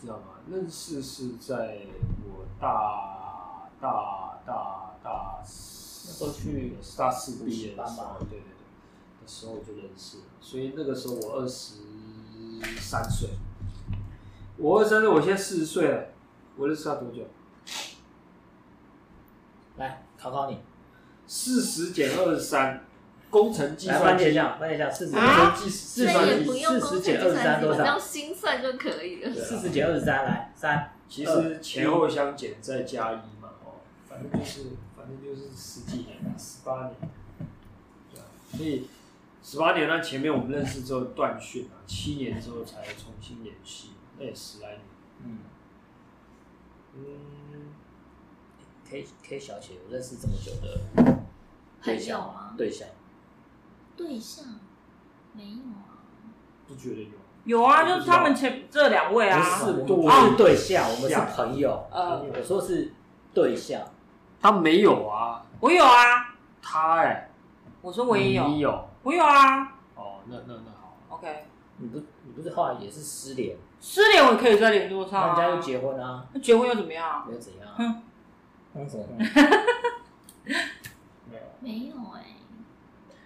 S3: 知道吗？认识是在我大大大大那
S1: 时候去
S3: 大四毕
S1: 补
S3: 业的时
S1: 习班
S3: 候
S1: 吧，
S3: 对对对，那时候就认识了，所以那个时候我二十三岁，我二十三岁，我现在四十岁了，我认识他多久？
S1: 来考考你，
S3: 四十减二十三，工程计
S1: 来
S3: 算
S1: 翻解
S3: 机
S1: 一，下，翻解一下四十
S3: 工程
S2: 啊
S3: 计
S1: 所
S3: 计
S1: 以
S4: 所
S3: 算
S4: 以也
S3: 机
S4: 不用工程
S1: 40
S4: 计
S1: 减
S4: 算
S1: 23
S4: 机，
S1: 多少
S4: 只要心算就可以了。
S3: 对啊
S1: 四十减二十三，来三，
S3: 其实前后相减再加一嘛，哦，呃反正就是反正就是十几年了，十八年，对啊，所以十八年那前面我们认识之后断讯啊，七年之后才重新联系，那也十来年，
S1: 嗯，
S3: 嗯，
S1: 可以可以小姐，我认识这么久的对
S4: 朋友
S1: 象
S4: 吗？
S1: 对象，
S4: 对象没有啊，
S3: 不觉得有，
S2: 有啊，就是他们前这两位啊
S3: 不，是
S1: 我们
S3: 对
S1: 不是对象，啊我们是
S3: 象
S1: 朋友。
S2: 呃，
S1: 我说是对象，
S3: 他没有啊，
S2: 我有啊，
S3: 他哎、
S2: 我说我也有，
S3: 你有，
S2: 我有啊
S3: 哦，那那那好，
S2: ，OK，
S1: 你不你不是后来也是失联，
S2: 失联我也可以在联络上
S1: 然后
S2: 啊，
S1: 人家又结婚啊，
S2: 那结婚又怎么样啊？
S1: 没有怎样啊
S2: 哼，
S1: 那什么？
S3: 没有，
S4: 没有哎、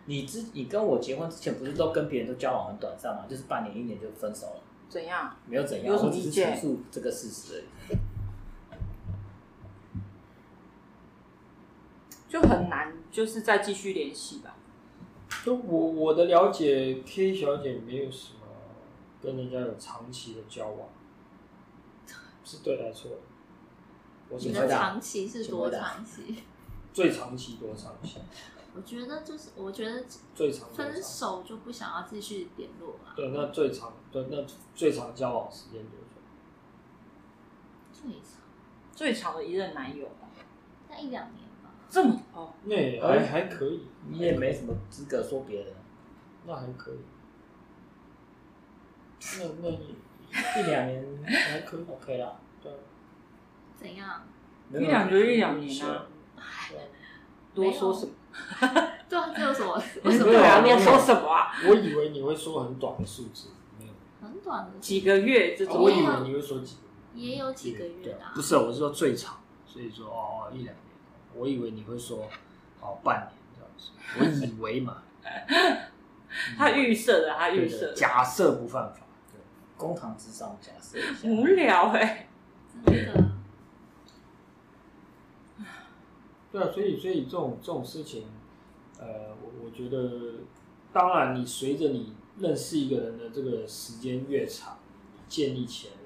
S1: 你之你跟我结婚之前不是都跟别人都交往很短暂吗？就是半年一年就分手了，
S2: 怎样？
S1: 没有怎样，
S2: 有什
S1: 我
S2: 么
S1: 只是
S2: 意见
S1: 陈述这个事实而已。
S2: 就很难，就是再继续联系吧。
S3: 就我我的了解，K 小姐没有什么跟人家有长期的交往，是对还是错？我是
S1: 请
S4: 你
S3: 觉
S1: 回
S4: 的
S3: 得
S1: 答
S4: 长期是多长期？
S3: 最长期多长期？
S4: 我觉得就是，我觉得
S3: 最长多
S4: 分
S3: 长？
S4: 手就不想要继续联络了。
S3: 对，那最长对那最长交往时间多久？
S4: 最长
S2: 最长的一任男友吧，
S4: 那一两年吧。
S2: 这么哦，
S3: 那也还、
S1: 哎
S3: 还可以，
S1: 你也没什么资格说别人，
S3: 那还可以，那那也
S1: 一两年
S3: 还可以，
S1: OK 啦，
S3: 对啊，
S4: 怎样？
S1: 没
S2: 一
S1: 有
S2: 两就一两年啊，
S3: 对啊
S2: 多说什么？
S4: 对啊，这有什么？为什么
S2: 对啊，多说什么啊？
S3: 我以为你会说很短的数字，没有，
S4: 很短的？
S2: 几个月这
S3: 啊
S2: 种，
S3: 我以为你会说几个月。
S4: 也有几个月啦
S3: 不。是，我是说最长，所以说哦哦一两年，我以为你会说哦半年这样子，我以为嘛，嗯
S2: 他预设的，他
S3: 对
S2: 预设
S3: 对，
S2: 的，
S3: 假设不犯法，
S1: 公堂之上假设一下，
S2: 无聊哎、
S4: 真的。
S3: 对啊，所以所以这种这种事情，呃，我我觉得，当然你随着你认识一个人的这个时间越长，你建立起来的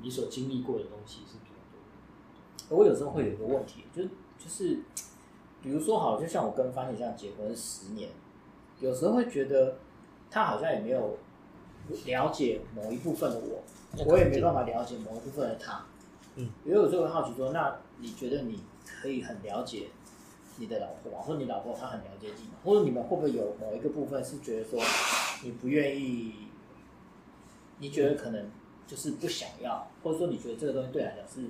S3: 你所经历过的东西是比较多的。
S1: 我有时候会有一个问题，就是就是，比如说好，就像我跟番茄酱结婚十年，有时候会觉得他好像也没有了解某一部分的我，我也没办法了解某一部分的他。
S3: 嗯，
S1: 也有这个好奇说，那你觉得你可以很了解你的老婆吗？或者你老婆她很了解你吗？或者你们会不会有某一个部分是觉得说你不愿意，你觉得可能就是不想要，或者说你觉得这个东西对你来讲是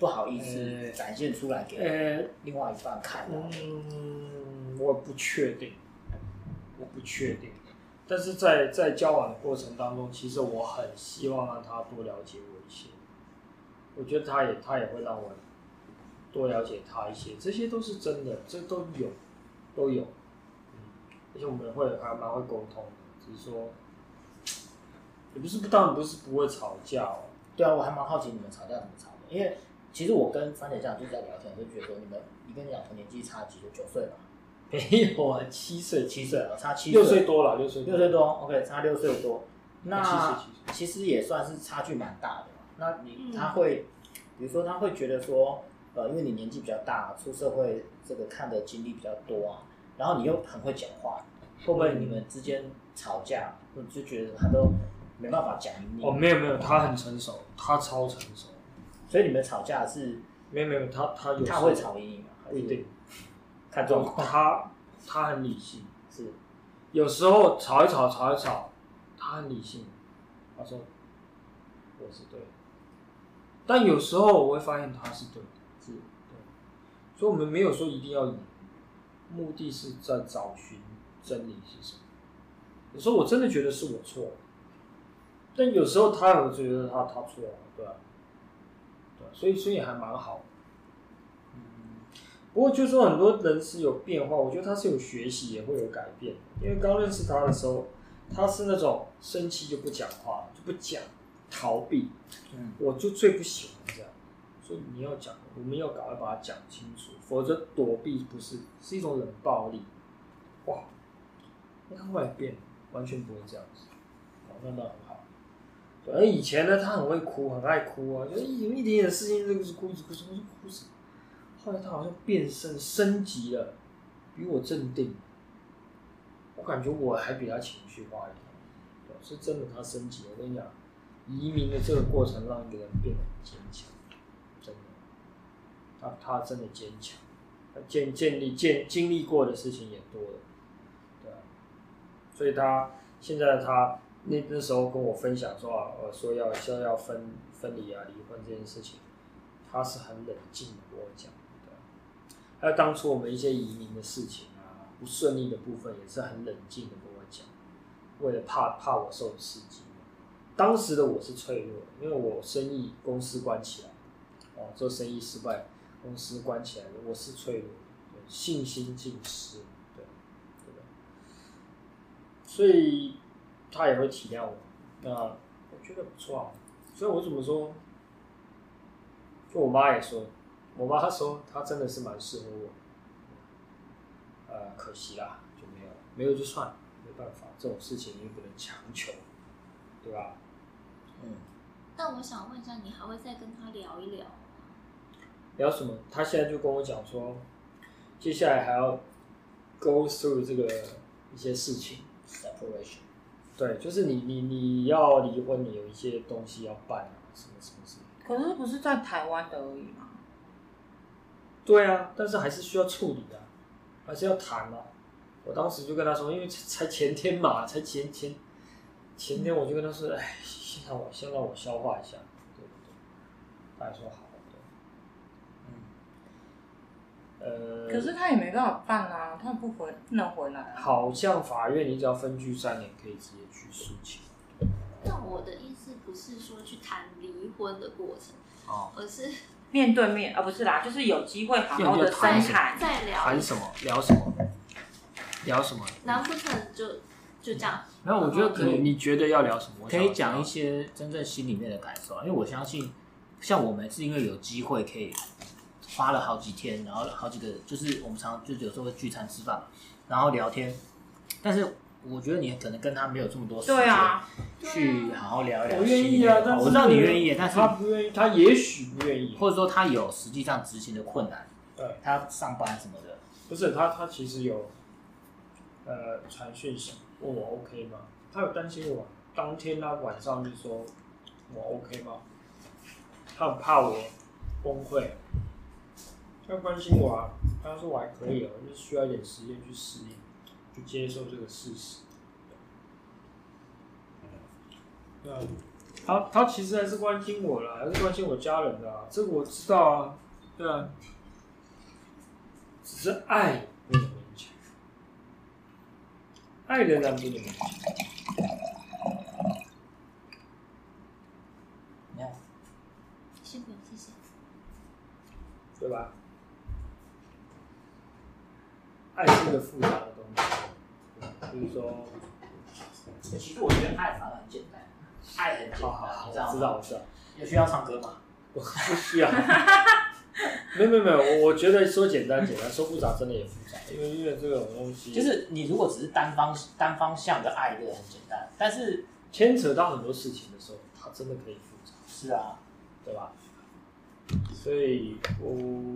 S1: 不好意思
S3: 呃
S1: 展现出来给
S3: 呃，
S1: 另外一半看的？啊
S3: 嗯，我不确定，我不确定。但是在在交往的过程当中，其实我很希望让他多了解我一些。我觉得他也他也会让我多了解他一些，这些都是真的，这都有都有。嗯，而且我们会还蛮会沟通的，只是说也不是不当然不是不会吵架哦。
S1: 对啊，我还蛮好奇你们吵架怎么吵的，因为其实我跟番茄酱就是在聊天，我就觉得说你们你跟你老婆年纪差几岁？九岁吧，
S3: 没有啊，七岁
S1: 七岁啊，差七
S3: 六岁多了，六岁
S1: 六岁多，OK，差六岁多，那
S3: 七岁七岁
S1: 其实也算是差距蛮大的嘛。那你
S4: 嗯
S1: 他会，比如说他会觉得说，呃，因为你年纪比较大，出社会这个看的经历比较多啊，然后你又很会讲话，会不会你们之间吵架，我就觉得他都没
S3: 哦
S1: 办法讲赢你，
S3: 哦，没有没有，他很成熟，他超成熟。
S1: 所以你们吵架是
S3: 没有没有，他他有时
S1: 他
S3: 候
S1: 会吵赢你吗？还
S3: 不一定
S1: 是，看状 况
S3: 他他很理性，
S1: 是
S3: 有时候吵一吵吵一吵，他很理性，他说我是对的，但有时候我会发现他是对的，
S1: 是
S3: 对，所以我们没有说一定要赢，目的是在找寻真理是什么。有时候我真的觉得是我错了，但有时候他也会觉得他他错了，对啊，对啊，所以所以还蛮好的。嗯不过就说很多人是有变化，我觉得他是有学习，也会有改变。因为刚认识他的时候，他是那种生气就不讲话，就不讲，逃避，
S1: 嗯
S3: 我就最不喜欢这样。所以你要讲，我们要赶快把它讲清楚，否则躲避不是是一种冷暴力。哇，那他后来变了，完全不会这样子，哦，那倒很好。对，而以前呢，他很会哭，很爱哭啊，就是一一点点事情就是哭，一直哭，一直哭，一直哭什么？后来他好像变身升级了，比我镇定。我感觉我还比他情绪化一点，对啊是真的他升级了。我跟你讲，移民的这个过程让一个人变得很坚强，真的。他他真的坚强，他建建立建经历过的事情也多了，对啊。所以他现在他那那时候跟我分享说啊，呃，说要说要分分离啊，离婚这件事情，他是很冷静的跟我讲的。还有当初我们一些移民的事情啊，不顺利的部分也是很冷静的跟我讲，为了怕怕我受刺激。当时的我是脆弱的，因为我生意公司关起来，哦，做生意失败，公司关起来了，我是脆弱的，对信心尽失，对，对吧？所以他也会体谅我。那我觉得不错啊，所以我怎么说？就我妈也说，我妈她说她真的是蛮适合我，呃，可惜啦，就没有了，没有就算了，没办法，这种事情又不能强求，对吧？
S1: 嗯，
S4: 但我想问一下，你还会再跟他聊一聊？
S3: 聊什么？她现在就跟我讲说，接下来还要 go through 这个一些事情，
S1: separation，
S3: 对，就是你你你要离婚，你有一些东西要办啊，什么什么什么。
S2: 可是不是在台湾的而已吗？
S3: 对啊，但是还是需要处理的啊、还是要谈啊。我当时就跟他说，因为才才前天嘛，才前前前天我就跟他说，哎，先让我先让我消化一下，对不对？他还说好的，
S1: 嗯，
S3: 呃，
S2: 可是他也没办法办啊，他也不回不能回来啊。
S3: 好像法院你只要分居三年，可以直接去诉请。
S4: 但我的意思不是说去谈离婚的过程，
S3: 哦，
S4: 而是
S2: 面对面啊，不是啦，就是有机会好好的深
S4: 再
S2: 谈。
S4: 再聊一
S3: 谈什么？聊什么？聊什么？
S4: 难不成就就这样？
S3: 那我觉得
S1: 可
S3: 可
S1: 以
S3: 能你觉得要聊什么？嗯我
S1: 可
S3: 想
S1: 以讲
S3: 知道
S1: 一些真正心里面的感受啊，因为我相信，像我们是因为有机会可以花了好几天，然后好几个，就是我们常就有时候会聚餐吃饭，然后聊天，但是我觉得你可能跟他没有这么多时间
S2: 对啊，
S1: 去好好聊一聊
S3: 我愿
S1: 心里
S3: 意
S1: 面
S3: 啊
S1: 的，
S3: 但
S1: 话，
S3: 是
S1: 我知道你愿意，但是
S3: 他不愿意，他也许不愿意。
S1: 或者说他有实际上执行的困难，
S3: 对，
S1: 他上班什么的，
S3: 不是他，他其实有呃传讯息问我 OK 吗？他有担心我，当天他晚上就说我 OK 吗？他很怕我崩溃，他关心我啊，他说我还可以哦，就是需要一点时间去适应，去接受这个事实。对啊，他他其实还是关心我啦，还是关心我家人的啊，这个我知道啊，对啊，只是爱不能勉强，爱仍然不能勉强。
S1: 你看
S4: 先不用，谢谢。
S3: 对吧？爱是一个复杂的东西，比如说，
S1: 其实我觉得爱反而很简单，爱很简
S3: 好好
S1: 单，
S3: 好，
S1: 你
S3: 我
S1: 知道吗？
S3: 知道，我知道，
S1: 有需要唱歌吗？
S3: 我不需 要。没有没有没有，我我觉得说简单简单，说复杂真的也复杂，因为因为这种东西
S1: 就是你如果只是单方单方向的爱，这个很简单，但是
S3: 牵扯到很多事情的时候，它真的可以复杂。
S1: 是啊，
S3: 对吧？所以我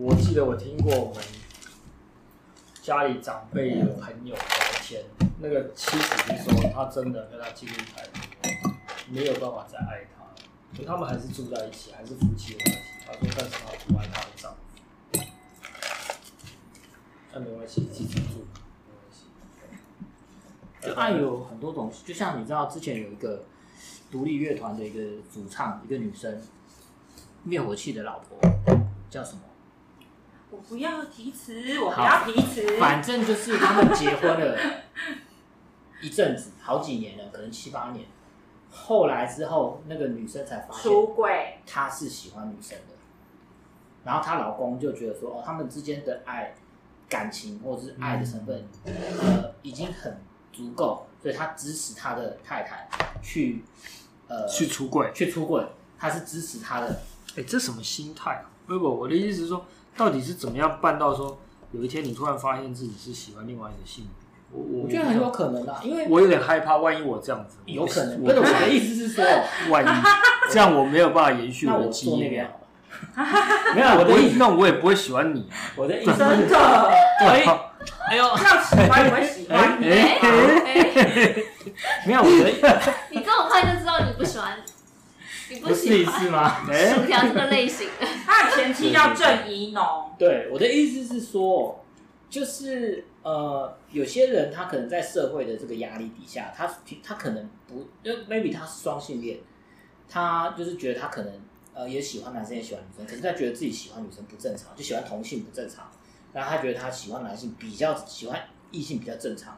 S3: 我记得我听过我们家里长辈有朋友聊天，那个妻子就说她真的跟他经历太多，没有办法再爱他了，
S5: 可他们还是住在一起，还是夫妻关系。他说，但是他不爱他的丈夫。那没关系，自己住，没关系。
S1: 就爱有很多种，就像你知道之前有一个独立乐团的一个主唱，一个女生，灭火器的老婆叫什么？
S2: 我不要提词，我不要提词。
S3: 嗯
S1: 反正就是他们结婚了一阵子，好几年了，可能七八年。后来之后，那个女生才发现
S2: 出轨，
S1: 她是喜欢女生的，然后她老公就觉得说，哦，他们之间的爱、感情或者是爱的成分，呃，已经很足够，所以他支持他的太太去，呃，
S3: 去出柜。
S1: 去出轨，他是支持他的，
S3: 哎，这什么心态啊？不不，我的意思是说，到底是怎么样办到说，有一天你突然发现自己是喜欢另外一个性别？我我
S1: 我觉得很有可能的、因为
S3: 我有点害怕，万一我这样子，
S1: 有可能。
S3: 我
S1: 不是我的意思是说，
S3: 万一这样我没有办法延续
S1: 那
S3: 我
S1: 我
S3: 的基
S1: 做那
S3: 因
S1: 个
S3: 啊。
S1: 好了，
S3: 没 有，我的意思，那我也不会喜欢你啊。
S1: 我的意思
S2: 真
S1: 是，
S2: 的
S3: 对啊，
S1: 哎呦，
S2: 要喜欢你会喜欢你，
S3: 哎
S4: 哎，
S3: 没有，我的
S4: 你这么快就知道你不喜欢，你
S1: 不试
S4: 喜
S1: 一
S4: 欢
S1: 试 吗？
S3: 哎
S4: 薯条这个类型 的，
S2: 他的前期要正宜农，
S1: 对，我的意思是说，就是呃，有些人他可能在社会的这个压力底下，他他可能不，就 maybe 他是双性恋，他就是觉得他可能呃也喜欢男生也喜欢女生，可是他觉得自己喜欢女生不正常，就喜欢同性不正常，然后他觉得他喜欢男性比较喜欢异性比较正常，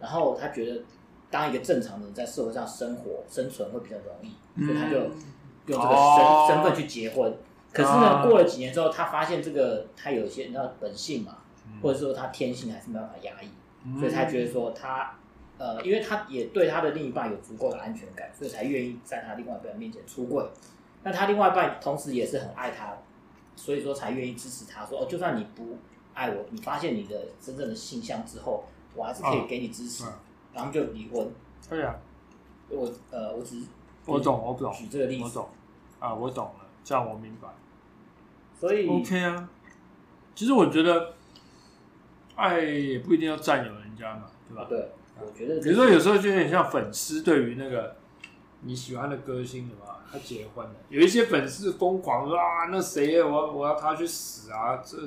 S1: 然后他觉得当一个正常的人在社会上生活生存会比较容易，
S3: 嗯
S1: 所以他就用这个身、
S3: 哦
S1: 身份去结婚。可是
S3: 啊
S1: 呢，过了几年之后，他发现这个他有一些你知道本性嘛，
S3: 嗯
S1: 或者说他天性还是没办法压抑，所以才觉得说他呃，因为他也对他的另一半有足够的安全感，所以才愿意在他另外一半面前出柜。那他另外一半同时也是很爱他，所以说才愿意支持他说哦，就算你不爱我，你发现你的真正的性向之后，我还是可以给你支持，
S3: 嗯
S1: 然后就离婚。
S3: 对啊，
S1: 我呃，我只是
S3: 我懂，我懂，
S1: 举这个例
S3: 我
S1: 子，
S3: 懂啊，我懂了，这样我明白。
S1: 所以
S3: OK 啊，其实我觉得爱也不一定要占有人家嘛，对吧
S1: 啊，？对，我觉得
S3: 比如说，有时候就有点像粉丝对于那个你喜欢的歌星什么，他结婚了，有一些粉丝疯狂说啊，那谁我要我要他去死啊，这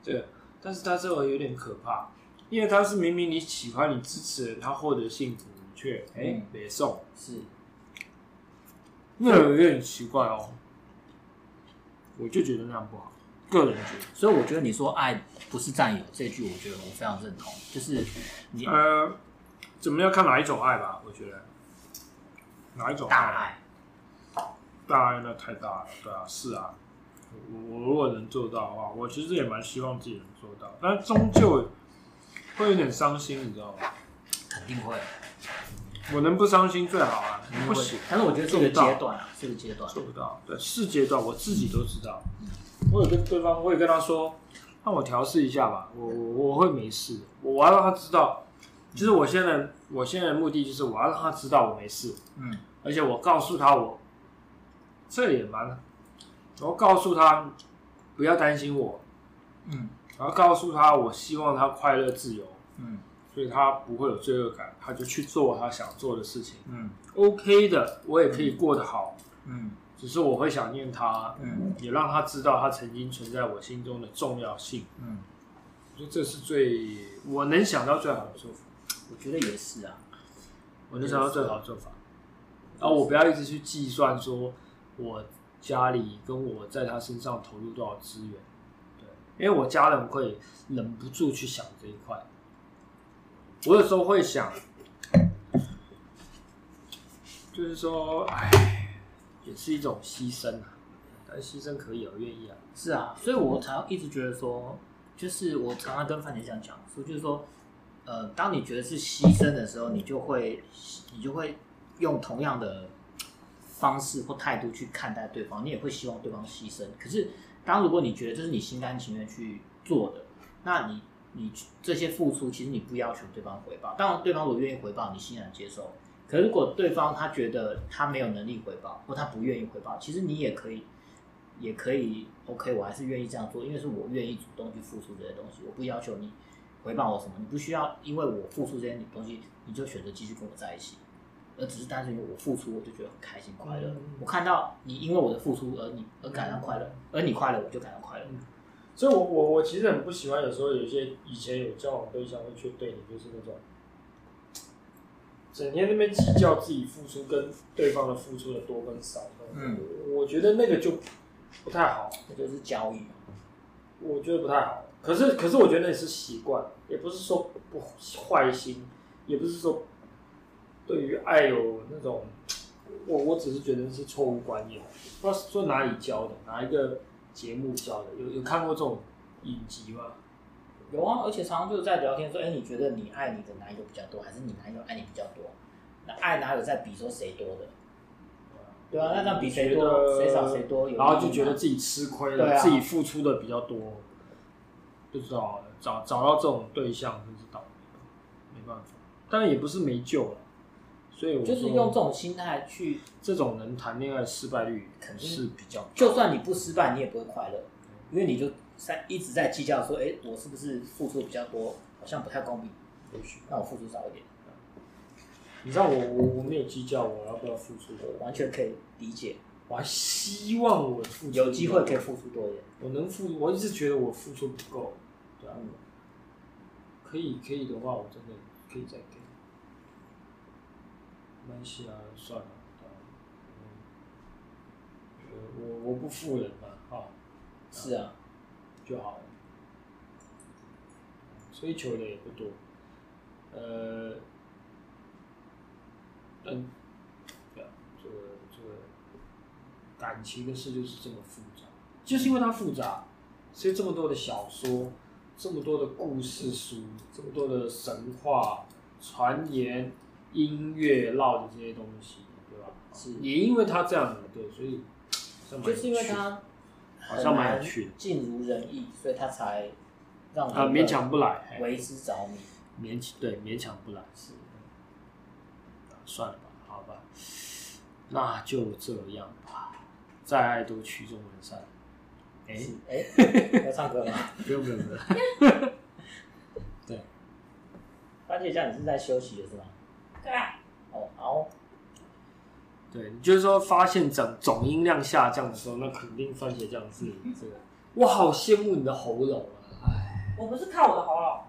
S3: 这，但是他这个有点可怕，因为他是明明你喜欢你支持的人，他获得幸福，你却哎
S1: 嗯
S3: 别送，
S1: 是
S3: 那有点奇怪哦，我就觉得那样不好，个人觉得，
S1: 所以我觉得你说爱不是占有这句，我觉得我非常认同。就是你
S3: 呃，怎么要看哪一种爱吧，我觉得哪一种
S2: 大爱，
S3: 大爱那太大了，对啊，是啊，我我如果能做到的话，我其实也蛮希望自己能做到，但终究会有点伤心，你知道吗？
S1: 肯定会，
S3: 我能不伤心最好啊，
S1: 肯定
S3: 不
S1: 会
S3: 行，。
S1: 但是我觉得这个
S3: 做不到
S1: 阶段啊，这个阶段
S3: 做不到，对，是阶段我自己都知道，我有跟对方，我也跟他说，让我调试一下吧，我我我会没事的，我要让他知道，就是我现在我现在的目的就是我要让他知道我没事，
S1: 嗯，
S3: 而且我告诉他我，这也蛮，我告诉他不要担心我，
S1: 嗯
S3: 然后告诉他我希望他快乐自由，
S1: 嗯
S3: 所以他不会有罪恶感，他就去做他想做的事情
S1: 嗯
S3: ，OK 的，我也可以过得好，
S1: 嗯
S3: 只是我会想念他，
S1: 嗯
S3: 也让他知道他曾经存在我心中的重要性，
S1: 嗯，
S3: 我觉得这是最我能想到最好的做法，
S1: 我觉得也是啊。
S3: 我能想到最好的做法，然后哦我不要一直去计算说我家里跟我在他身上投入多少资源，对，因为我家人会忍不住去想这一块，我有时候会想，就是说，哎，也是一种牺牲啊，但牺牲可以啊，我愿意啊，
S1: 是啊，所以我常一直觉得说，就是我常常跟范姐这样讲，说就是说，呃，当你觉得是牺牲的时候，你就会你就会用同样的方式或态度去看待对方，你也会希望对方牺牲。可是，当如果你觉得这是你心甘情愿去做的，那你你这些付出，其实你不要求对方回报。当然，对方如果愿意回报，你欣然接受。可是如果对方他觉得他没有能力回报，或他不愿意回报，其实你也可以，也可以 OK，我还是愿意这样做，因为是我愿意主动去付出这些东西，我不要求你回报我什么，你不需要因为我付出这些东西，你就选择继续跟我在一起。而只是单纯因为我付出，我就觉得很开心快乐。
S3: 嗯
S1: 我看到你因为我的付出而你而感到快乐，而你快乐我就感到快乐。
S3: 所以我我我其实很不喜欢，有时候有一些以前有交往对象会去对你，就是那种整天那边计较自己付出跟对方的付出的多跟少。
S1: 嗯，
S3: 我觉得那个就不太好，
S1: 这就是交易嘛。
S3: 我觉得不太好。可是可是我觉得那是习惯，也不是说不坏心，也不是说对于爱有那种，我我只是觉得是错误观念，不知道是说哪里教的，哪一个节目教的，有有看过这种影集吗？
S1: 有啊，而且常常就是在聊天说，哎、你觉得你爱你的男友比较多，还是你男友爱你比较多？那爱哪有在比说谁多的？对啊，那这样比谁多、
S3: 觉得
S1: 谁少、谁多有意义吗，
S3: 然后就觉得自己吃亏了，
S1: 对啊
S3: 自己付出的比较多，不知道啊找找到这种对象真是倒霉，没办法，当然也不是没救了，所以我
S1: 就是
S3: 说
S1: 用这种心态去，
S3: 这种人谈恋爱失败率
S1: 肯定
S3: 是比较高
S1: 就算你不失败，你也不会快乐，因为你就在一直在计较说，哎、我是不是付出的比较多，好像不太公平，那我付出少一点，
S3: 你知道我我我没有计较我要不要付出
S1: 我
S3: 的，
S1: 完全可以理解，
S3: 我还希望我付出
S1: 有机会可以
S3: 以，
S1: 付出多一点。
S3: 我能付，我一直觉得我付出不够，对啊，
S1: 嗯，
S3: 可以可以的话，我真的可以再给。没关系啊，算了，对啊嗯我我不负人嘛，哈、
S1: 是啊，
S3: 就好了。所以求的也不多，呃，但对啊，这个这个感情的事就是这么复杂，就是因为它复杂，所以这么多的小说，这么多的故事书，这么多的神话、传言、音乐绕的这些东西，对吧？
S1: 是
S3: 也因为它这样子，对，所以
S1: 就是因为
S3: 它
S1: 他
S3: 好像蛮有趣的
S1: 尽如人意，所以他才让
S3: 啊勉强不来，哎
S1: 为之着迷。
S3: 勉强对勉强不来是、啊算了吧，好吧，那就这样吧。再爱都曲终人散。哎、
S1: 哎、 要唱歌吗？
S3: 不用不用不用，对，
S1: 番茄酱，你是在休息的是吗？
S2: 对啊，
S1: 哦，好，
S3: 对，你就是说发现总总音量下降的时候，那肯定番茄酱是这个。我好羡慕你的喉咙啊！哎，
S2: 我不是靠我的喉咙，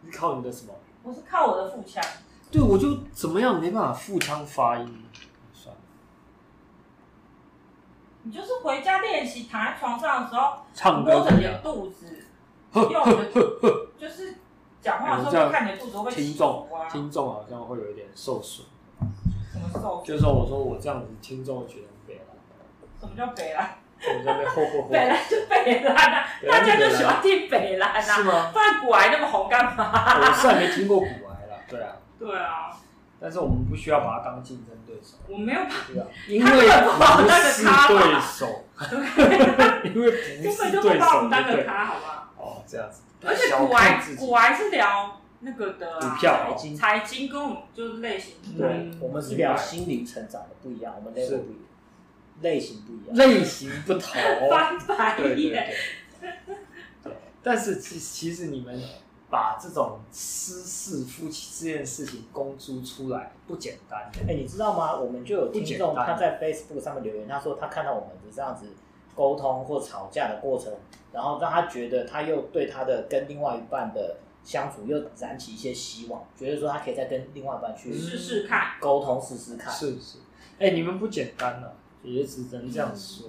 S3: 你靠你的什么？
S2: 我是靠我的腹腔。
S3: 对，我就怎么样没办法腹腔发音，算了，
S2: 你就是回家练习，躺在床上的时候，
S3: 唱歌
S2: 摸着
S3: 怎
S2: 你
S3: 么样
S2: 的？肚子，用你的肚子，就是讲话的时候
S3: 哎我这样
S2: 看你的肚子会
S3: 听
S2: 起
S3: 众
S2: 伏啊，
S3: 听众好像会有一点受损。
S2: 什么受
S3: 就是说，我说我这样子，听众会觉得很悲哀，
S2: 什么叫北兰？
S3: 我在那边吼吼吼，
S2: 北兰就北兰啊，
S3: 北兰
S2: 大
S3: 就
S2: 家
S3: 北兰
S2: 就喜欢听北兰
S3: 是
S2: 啊，
S3: 吗？
S2: 不然古癌那么红干嘛？
S3: 我是还没听过古癌啦，对啊，
S2: 对啊，
S3: 但是我们不需要把它当竞争对手，
S2: 我没有把
S3: 对啊，因为
S2: 他根本不把我们
S3: 不
S2: 当个
S3: 是
S2: 咖
S3: 对
S2: 嘛
S3: 手，
S2: 对，
S3: 因为不
S2: 根本
S3: 是
S2: 就不
S3: 对
S2: 把我
S3: 手，
S2: 们当
S3: 对
S2: 个
S3: 不对
S2: 咖，好不好？
S3: 哦，这样子，
S2: 而且
S3: 小
S2: 古癌
S3: 看自己
S2: 古癌是聊那个的啊
S3: 股票哦
S1: 经
S2: 财经跟我们就是类型不一样
S3: 对
S1: 我们是聊心灵成长的不一样，我们类目不一样，类型不一样。
S3: 类型不同，
S2: 翻白
S3: 对对
S2: 眼，
S3: 对，对但是其其实你们把这种私事夫妻这件事情公诸出来不简单的，
S1: 哎、你知道吗？我们就有听众
S3: 不简单啊
S1: 他在 Facebook 上面留言，他说他看到我们这样子沟通或吵架的过程，然后让他觉得他又对他的跟另外一半的相处又燃起一些希望，觉得说他可以再跟另外一半去
S2: 试试看。
S1: 沟通试试看。
S3: 是是，哎、你们不简单了、也只能这样说。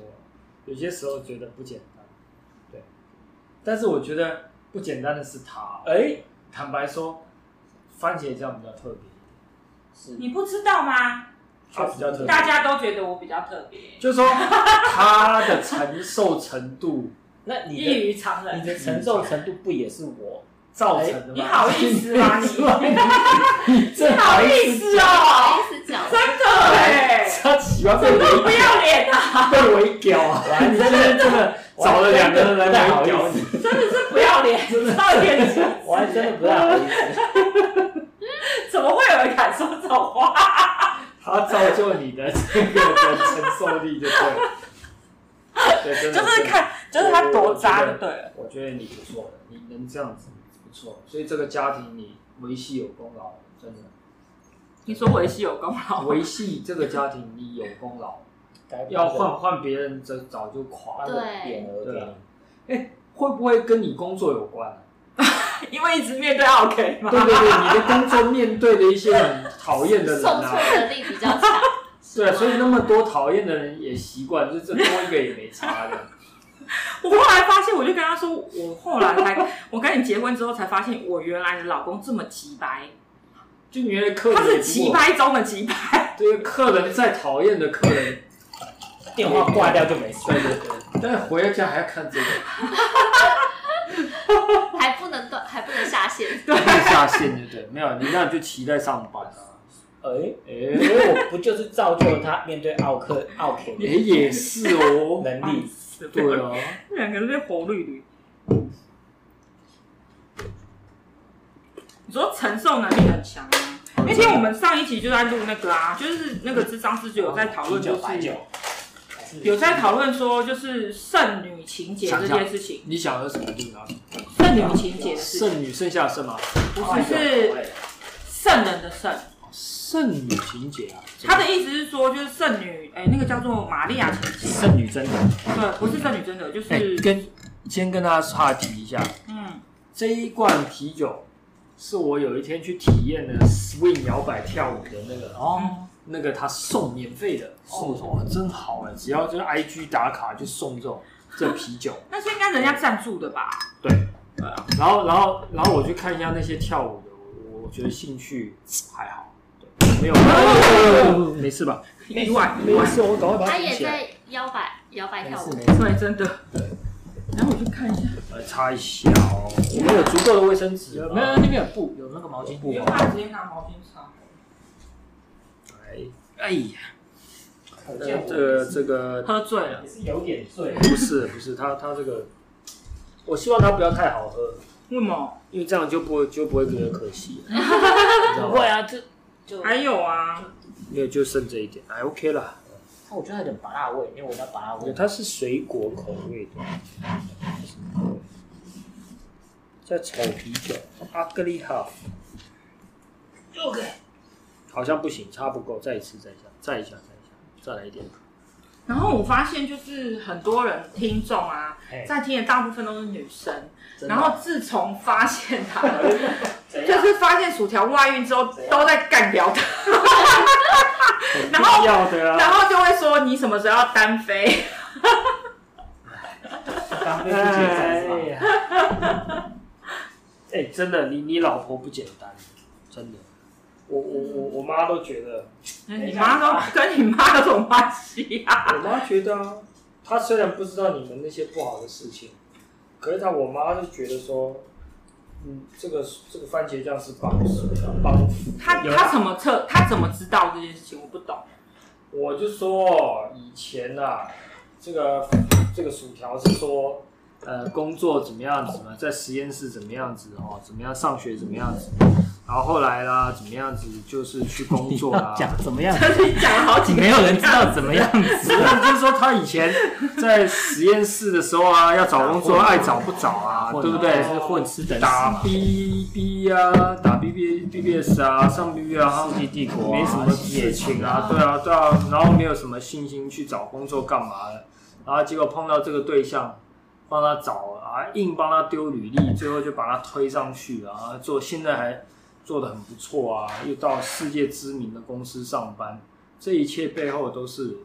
S3: 有些时候觉得不简单，对。但是我觉得不简单的是他，哎、坦白说，番茄酱比较特别，
S1: 是
S2: 你不知道吗？
S3: 他比较特别
S2: 大，家都觉得我比较特别，
S3: 就是说他的承受程度
S1: 那你
S2: 异
S1: 的
S2: 于常
S1: 你
S2: 人。
S1: 的承受程度不也是 我？
S3: 造成
S2: 哎
S3: 的吗？
S2: 你好意思 吗你
S3: 是吧你你
S2: 你
S3: 这
S2: 好意思
S4: 不
S2: 哦，
S4: 好意思讲，
S2: 真的哎，
S3: 他喜欢被
S2: 怎么 不
S3: 围
S2: 要脸啊？
S3: 被围屌啊！你今天真的找了两个人来围屌你，
S2: 真的是不要脸，到底是
S1: 我还真的不太好意思。
S2: 怎么会有人敢说这种话？
S3: 它造就你的这个的承受力，就对了。 对，真的
S2: 就是，看，就是他多渣就对了。
S3: 真的我觉得你不错，你能这样子不错，所以这个家庭你维系有功劳，真的。
S2: 你说维系有功劳吗，
S3: 维系这个家庭你有功劳，
S1: 该把
S3: 要
S1: 这个
S3: 换换别人这早就垮
S1: 把这
S3: 了。
S1: 个
S4: 对
S1: 匾额给
S3: 对啊
S1: 你。
S3: 哎，会不会跟你工作有关啊？
S2: 因为一直面对 OK 嘛
S3: 对，对对，你的工作面对的一些很讨厌的人
S4: 受挫
S3: 啊，
S4: 能力比较强。
S3: 对啊，所以那么多讨厌的人也习惯，就这多一个也没差的。
S2: 我后来发现，我就跟他说，我后来才， 我跟你结婚之后才发现，我原来的老公这么急白，
S3: 就你原来客人
S2: 他
S3: 也
S2: 是
S3: 不
S2: 急白中的急白，
S3: 对，客人再讨厌的客人，
S1: 电话挂掉就没事。
S3: 对对对，但是回到家还要看这个，
S4: 还不能断，还不能下线。
S3: 不能下线就对，没有你那你就期待上班啊。
S1: 哎、
S3: 哎、
S1: 因为我不就是造就了他面对奥克奥克
S3: 也、
S1: 的
S3: 也是哦，
S1: 能力？
S3: 对啊，
S2: 两个人被活绿绿。你说承受能力很强吗？那天我们上一集就在录那个啊，就是那个智商师就有在讨论，就
S1: 九百
S2: 是
S1: 九，
S2: 有在讨论说，就是剩女情节这件事情，
S3: 你想要什么就拿什么，
S2: 剩女情节的事情，
S3: 剩女剩下剩吗？
S2: 不是是圣人的圣。
S3: 剩女情节啊，
S2: 他的意思是说，就是圣女，哎、那个叫做玛利亚情节，
S3: 剩女真的，
S2: 对，不是圣女真的，就是、
S3: 哎、跟先跟大家岔题一下，
S2: 嗯，
S3: 这一罐啤酒是我有一天去体验的 swing 摇摆跳舞的那个
S2: 哦，
S3: 那个他送免费的，送什么、真好哎！只要就是 IG 打卡就送这种这啤酒，
S2: 那是应该人家赞助的吧？
S3: 对，呃然后然后然后我去看一下那些跳舞的，我我觉得兴趣还好，对，没有，没事吧？
S2: 意外，意
S3: 没
S2: 外，
S3: 事，我赶
S6: 啊
S3: 快把它
S4: 他
S3: 捡
S4: 也
S3: 起来。
S4: 在摇摆摇摆
S1: 没
S4: 跳
S1: 事
S4: 舞，
S1: 没事，
S2: 对，真的。然后我去看一下，
S3: 呃，擦一下哦，我们有足够的卫生纸，呃
S7: 有
S3: 没有那边有布。
S7: 有那个毛巾
S3: 不
S2: 他直接拿毛巾擦。
S3: 哎哎呀，
S1: 可见
S3: 呃
S1: 我
S3: 这个这个
S2: 喝醉了
S1: 也，是有点醉。
S3: 不是不是，他他这个，我希望它不要太好喝，
S2: 为什么？
S3: 因为这样就不会就不会觉得可惜了，你知道
S1: 不
S3: 吗
S1: 会？啊，这就
S2: 还有啊，
S3: 没有，就剩这一点，哎，OK 啦。
S7: 它哦我觉得有点拔辣味，因为我闻到拔辣味。
S3: 它是水果口味的，叫丑啤酒 （Ugly Half）。
S1: OK，
S3: 好像不行，差不够，再一次，再一下，再一下，再一下，再来 一点。
S2: 然后我发现就是很多人听众啊，在听的大部分都是女生。
S7: 哎真的。
S2: 然后自从发现他，就是发现薯条外遇之后，都在干掉他， 然后
S3: 必要的
S2: 然
S3: 啊，
S2: 后就会说你什么时候要单飞？
S1: 刚被不解
S3: 哎
S1: 散是吧？
S3: 呀，哎，真的，你你老婆不简单，真的。我我我我妈都觉得，
S2: 你妈都跟你妈有什么关系啊？
S3: 我妈觉得啊，她虽然不知道你们那些不好的事情，可是她我妈就觉得说，嗯，这个这个番茄酱是帮手帮扶
S2: 他
S3: 有
S2: 他怎么测？他怎么知道这件事情？我不懂。
S3: 我就说以前啊，这个这个薯条是说，呃，工作怎么样子嘛，在实验室怎么样子哦，怎么样上学怎么样子，然后后来啦，怎么样子就是去工作
S1: 啊
S3: 啦
S7: 讲怎么样？
S2: 你讲了好几个，
S7: 没有人知道怎么样
S3: 不是就是说他以前在实验室的时候啊，要找工作爱找不找 啊，对不对？
S7: 是混吃等死啊
S3: 打
S7: 嘛。
S3: B B 啊，打 B B B B S 啊，上 B B 啊，
S7: 世纪帝国啊
S3: 没什么事情啊，对啊对啊，然后没有什么信心去找工作干嘛的，然后结果碰到这个对象，帮他找啊，硬帮他丢履历，最后就把他推上去啊，然后做现在还做的很不错啊，又到世界知名的公司上班，这一切背后都是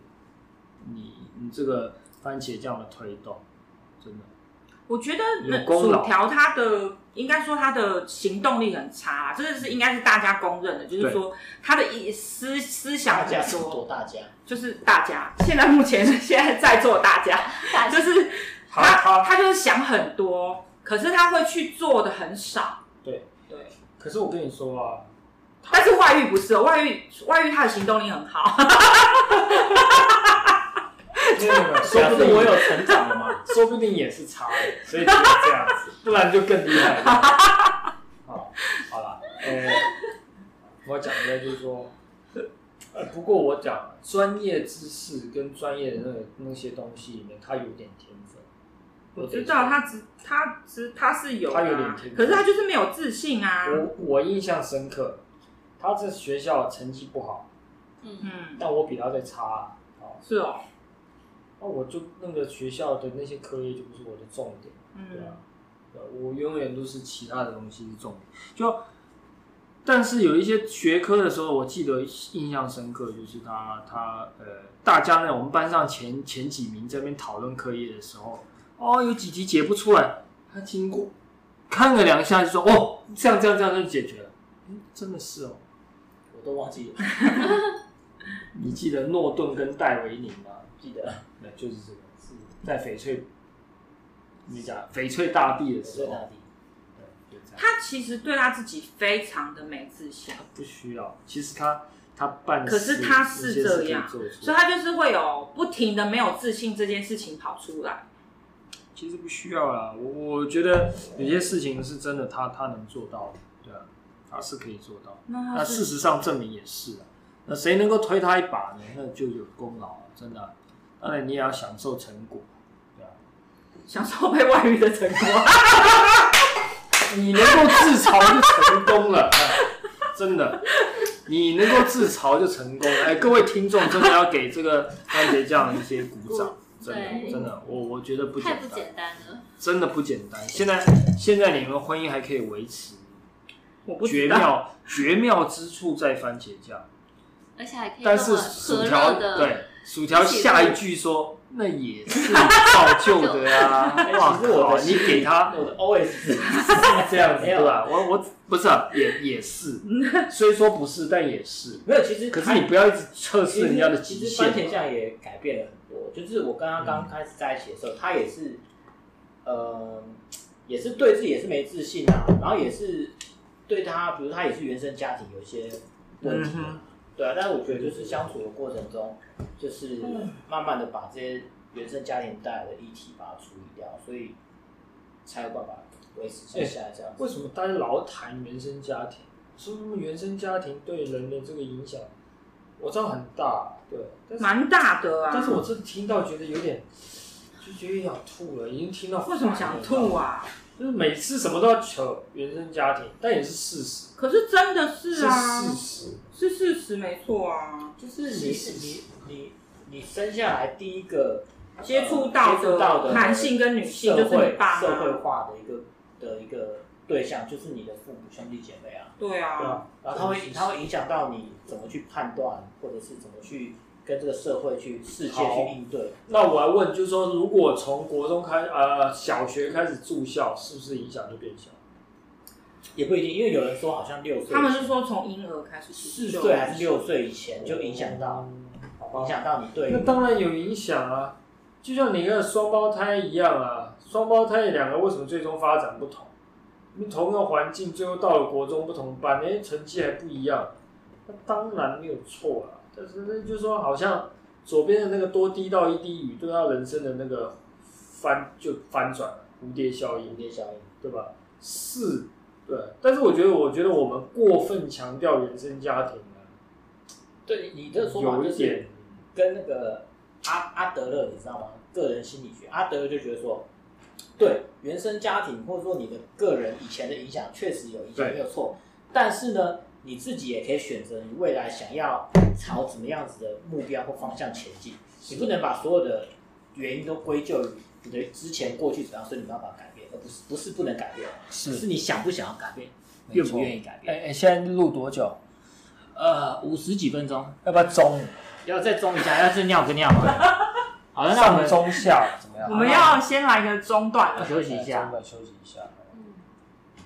S3: 你你这个番茄酱的推动，真的。
S2: 我觉得那
S3: 有功劳
S2: 薯条他的应该说他的行动力很差啊啦，这个是应该是大家公认的，就是说他的一思思
S7: 大
S2: 想
S7: 家
S2: 很
S7: 是
S2: 多，
S7: 多大家？
S2: 就是大家现在目前 现在在座的大家，
S4: 大家
S2: 就是
S3: 好
S2: 他他就是想很多，可是他会去做的很少。
S3: 对
S2: 对，
S3: 可是我跟你说啊，
S2: 但是外遇不是、哦，外遇外遇他的行动力很 好，
S3: 没有没有没有，
S1: 说
S3: 说不
S1: 不
S3: 定
S1: 定
S3: 我
S1: 我
S3: 有
S1: 有成长了嘛？
S3: 说不定也是差的，所以才会这样子，不然就更厉害 了。好，好了，呃，我讲的就是说，呃，不过我讲专业知识跟专业的那个那些东西里面，他有点天分。
S2: 我
S3: 得
S2: 知道
S3: 说
S2: 他只他只他是有、啊，
S3: 他有点天赋
S2: 可是他就是没有自信啊。
S3: 我我印象深刻，他这学校成绩不好，
S4: 嗯，
S2: 嗯，
S3: 但我比他再差啊、哦，
S2: 是哦，
S3: 那我就那个学校的那些课业就不是我的重点，对啊
S2: 嗯，
S3: 对啊我永远都是其他的东西是重点。
S6: 就，但是有一些学科的时候，我记得印象深刻，就是他他呃，大家呢，我们班上前前几名这边讨论课业的时候，哦，有几题解不出来，他经过看了两下就说，哦，这样这样这样就解决了，嗯，真的是哦，
S1: 我都忘记了，
S6: 你记得诺顿跟戴维宁吗？
S1: 记 得了
S3: 对，就是这个，
S1: 是
S3: 在翡翠，你讲翡翠大地的
S1: 我
S3: 时
S1: 最
S3: 候，
S1: 大的地。
S3: 对，就这样。
S2: 他其实对他自己非常的没自信，
S3: 不需要。其实他他办事，
S2: 可是他是
S3: 有些
S2: 这样
S3: 可以做出
S2: 所以
S3: 来
S2: 他就是会有不停的没有自信这件事情跑出来。
S6: 其实不需要啦，我我觉得有些事情是真的他他能做到的，对啊，他是可以做到的。
S2: 那
S6: 那
S2: 他
S6: 事
S2: 啊是
S6: 实上证明也是啊，那谁能够推他一把呢？那就有功劳啊，真的啊、当然你也要享受成果，对啊。
S2: 享受被外遇的成果，
S6: 你能够自嘲就成功了， 哎真的。你能够自嘲就成功了，哎，各位听众真的要给这个番茄酱一些鼓掌，真的
S4: 对
S6: 真的，我我觉得不
S4: 太
S6: 简
S4: 不
S6: 单，
S4: 简单了。
S6: 真的不简单。现在现在你们婚姻还可以维持，
S2: 我不
S6: 绝
S2: 知道。
S6: 妙绝妙之处在番茄酱，
S4: 而且还
S1: 哎
S4: 可以
S6: 但
S4: 那
S6: 是
S4: 么
S6: 薯
S4: 和
S6: 条
S4: 乐的，
S6: 对薯条下一句说那也是造就的啊，
S1: 哎
S6: 哇
S1: 其实我
S6: 靠，
S1: 的
S6: 你给他
S1: 我的 always 是这样 子，
S6: 对吧？我我不是啊，也也 是，虽说不是，但也是。
S1: 没有，其实
S6: 可是你不要一直测
S1: 其
S6: 试
S1: 实
S6: 人家的极
S1: 其实番
S6: 限啊
S1: 茄酱也改变了很多，就是我跟他刚开始在一起的时候，他也是，呃，也是对自己也是没自信啊，然后也是对他，比如他也是原生家庭有一些问题啊、
S6: 嗯
S1: 对啊。但是我觉得就是相处的过程中，就是慢慢的把这些原生家庭带来的议题把它处理掉，所以才有办法维持像现在这样子。
S3: 为什么大家老谈原生家庭？说他们原生家庭对人的这个影响，我知道很大，对，但是、
S2: 蛮大的啊，
S3: 但是我真的听到觉得有点，就觉得想吐了，已经听到
S2: 为什么想吐？啊？
S3: 就是每次什么都要扯原生家庭，但也是事实，
S2: 可是真的是啊，
S3: 事实。
S2: 是事实没错啊，
S1: 就是你你你你生下来第一个呃
S2: 接触到
S1: 接触到的
S2: 的男性跟女性
S1: 社
S2: 就是
S1: 会
S2: 你爸
S1: 社会
S2: 妈，
S1: 化的一个的一个对象，就是你的父母兄弟姐妹啊，
S2: 对
S1: 对
S2: 啊，
S1: 吧？然后他会他会影响到你怎么去判断，或者是怎么去跟这个社会去世界
S3: 好
S1: 去应对。
S3: 那我来问，就是说，如果从国中开呃小学开始住校，是不是影响就变小？
S1: 也不一定，因为有人说好像六岁，
S2: 他们是说从婴儿开始
S1: 四
S2: 就
S1: 岁还是六岁以前就影响到
S3: 好吧
S2: 哦
S1: 影响到你对
S3: 那当然有影响啊，就像你跟双胞胎一样啊，双胞胎两个为什么最终发展不同？因为同一个环境，最后到了国中不同班，哎、成绩还不一样，那当然没有错啊。但是那就是说，好像左边的那个多滴到一滴雨，对他人生的那个翻就翻转了，蝴蝶效应
S1: 蝴。蝶效应。
S3: 对吧？是，对。但是我觉得，我觉得我们过分强调原生家庭啊了，
S1: 对你这个说法
S3: 有
S1: 就
S3: 一
S1: 是
S3: 点，
S1: 跟那个阿阿德勒，你知道吗？个人心理学，阿德勒就觉得说，对原生家庭或者说你的个人以前的影响确实有影响，
S3: 对
S1: 没有错。但是呢，你自己也可以选择你未来想要朝怎么样子的目标或方向前进。你不能把所有的原因都归咎于你的之前过去怎样，所以你没办法改变，而不是不是不能改变，
S8: 是
S1: 是你想不想要改变，
S8: 没
S1: 愿
S8: 错
S1: 不愿意改变。
S8: 哎哎，现在录多久？呃，五十几分钟，
S1: 要不要中
S8: 要再中一下，要是尿个尿嘛。好了，那我们
S1: 中下怎么样
S2: 我们要先来一个中断了，
S8: 休息一下。
S1: 中断休息一下。嗯
S4: 嗯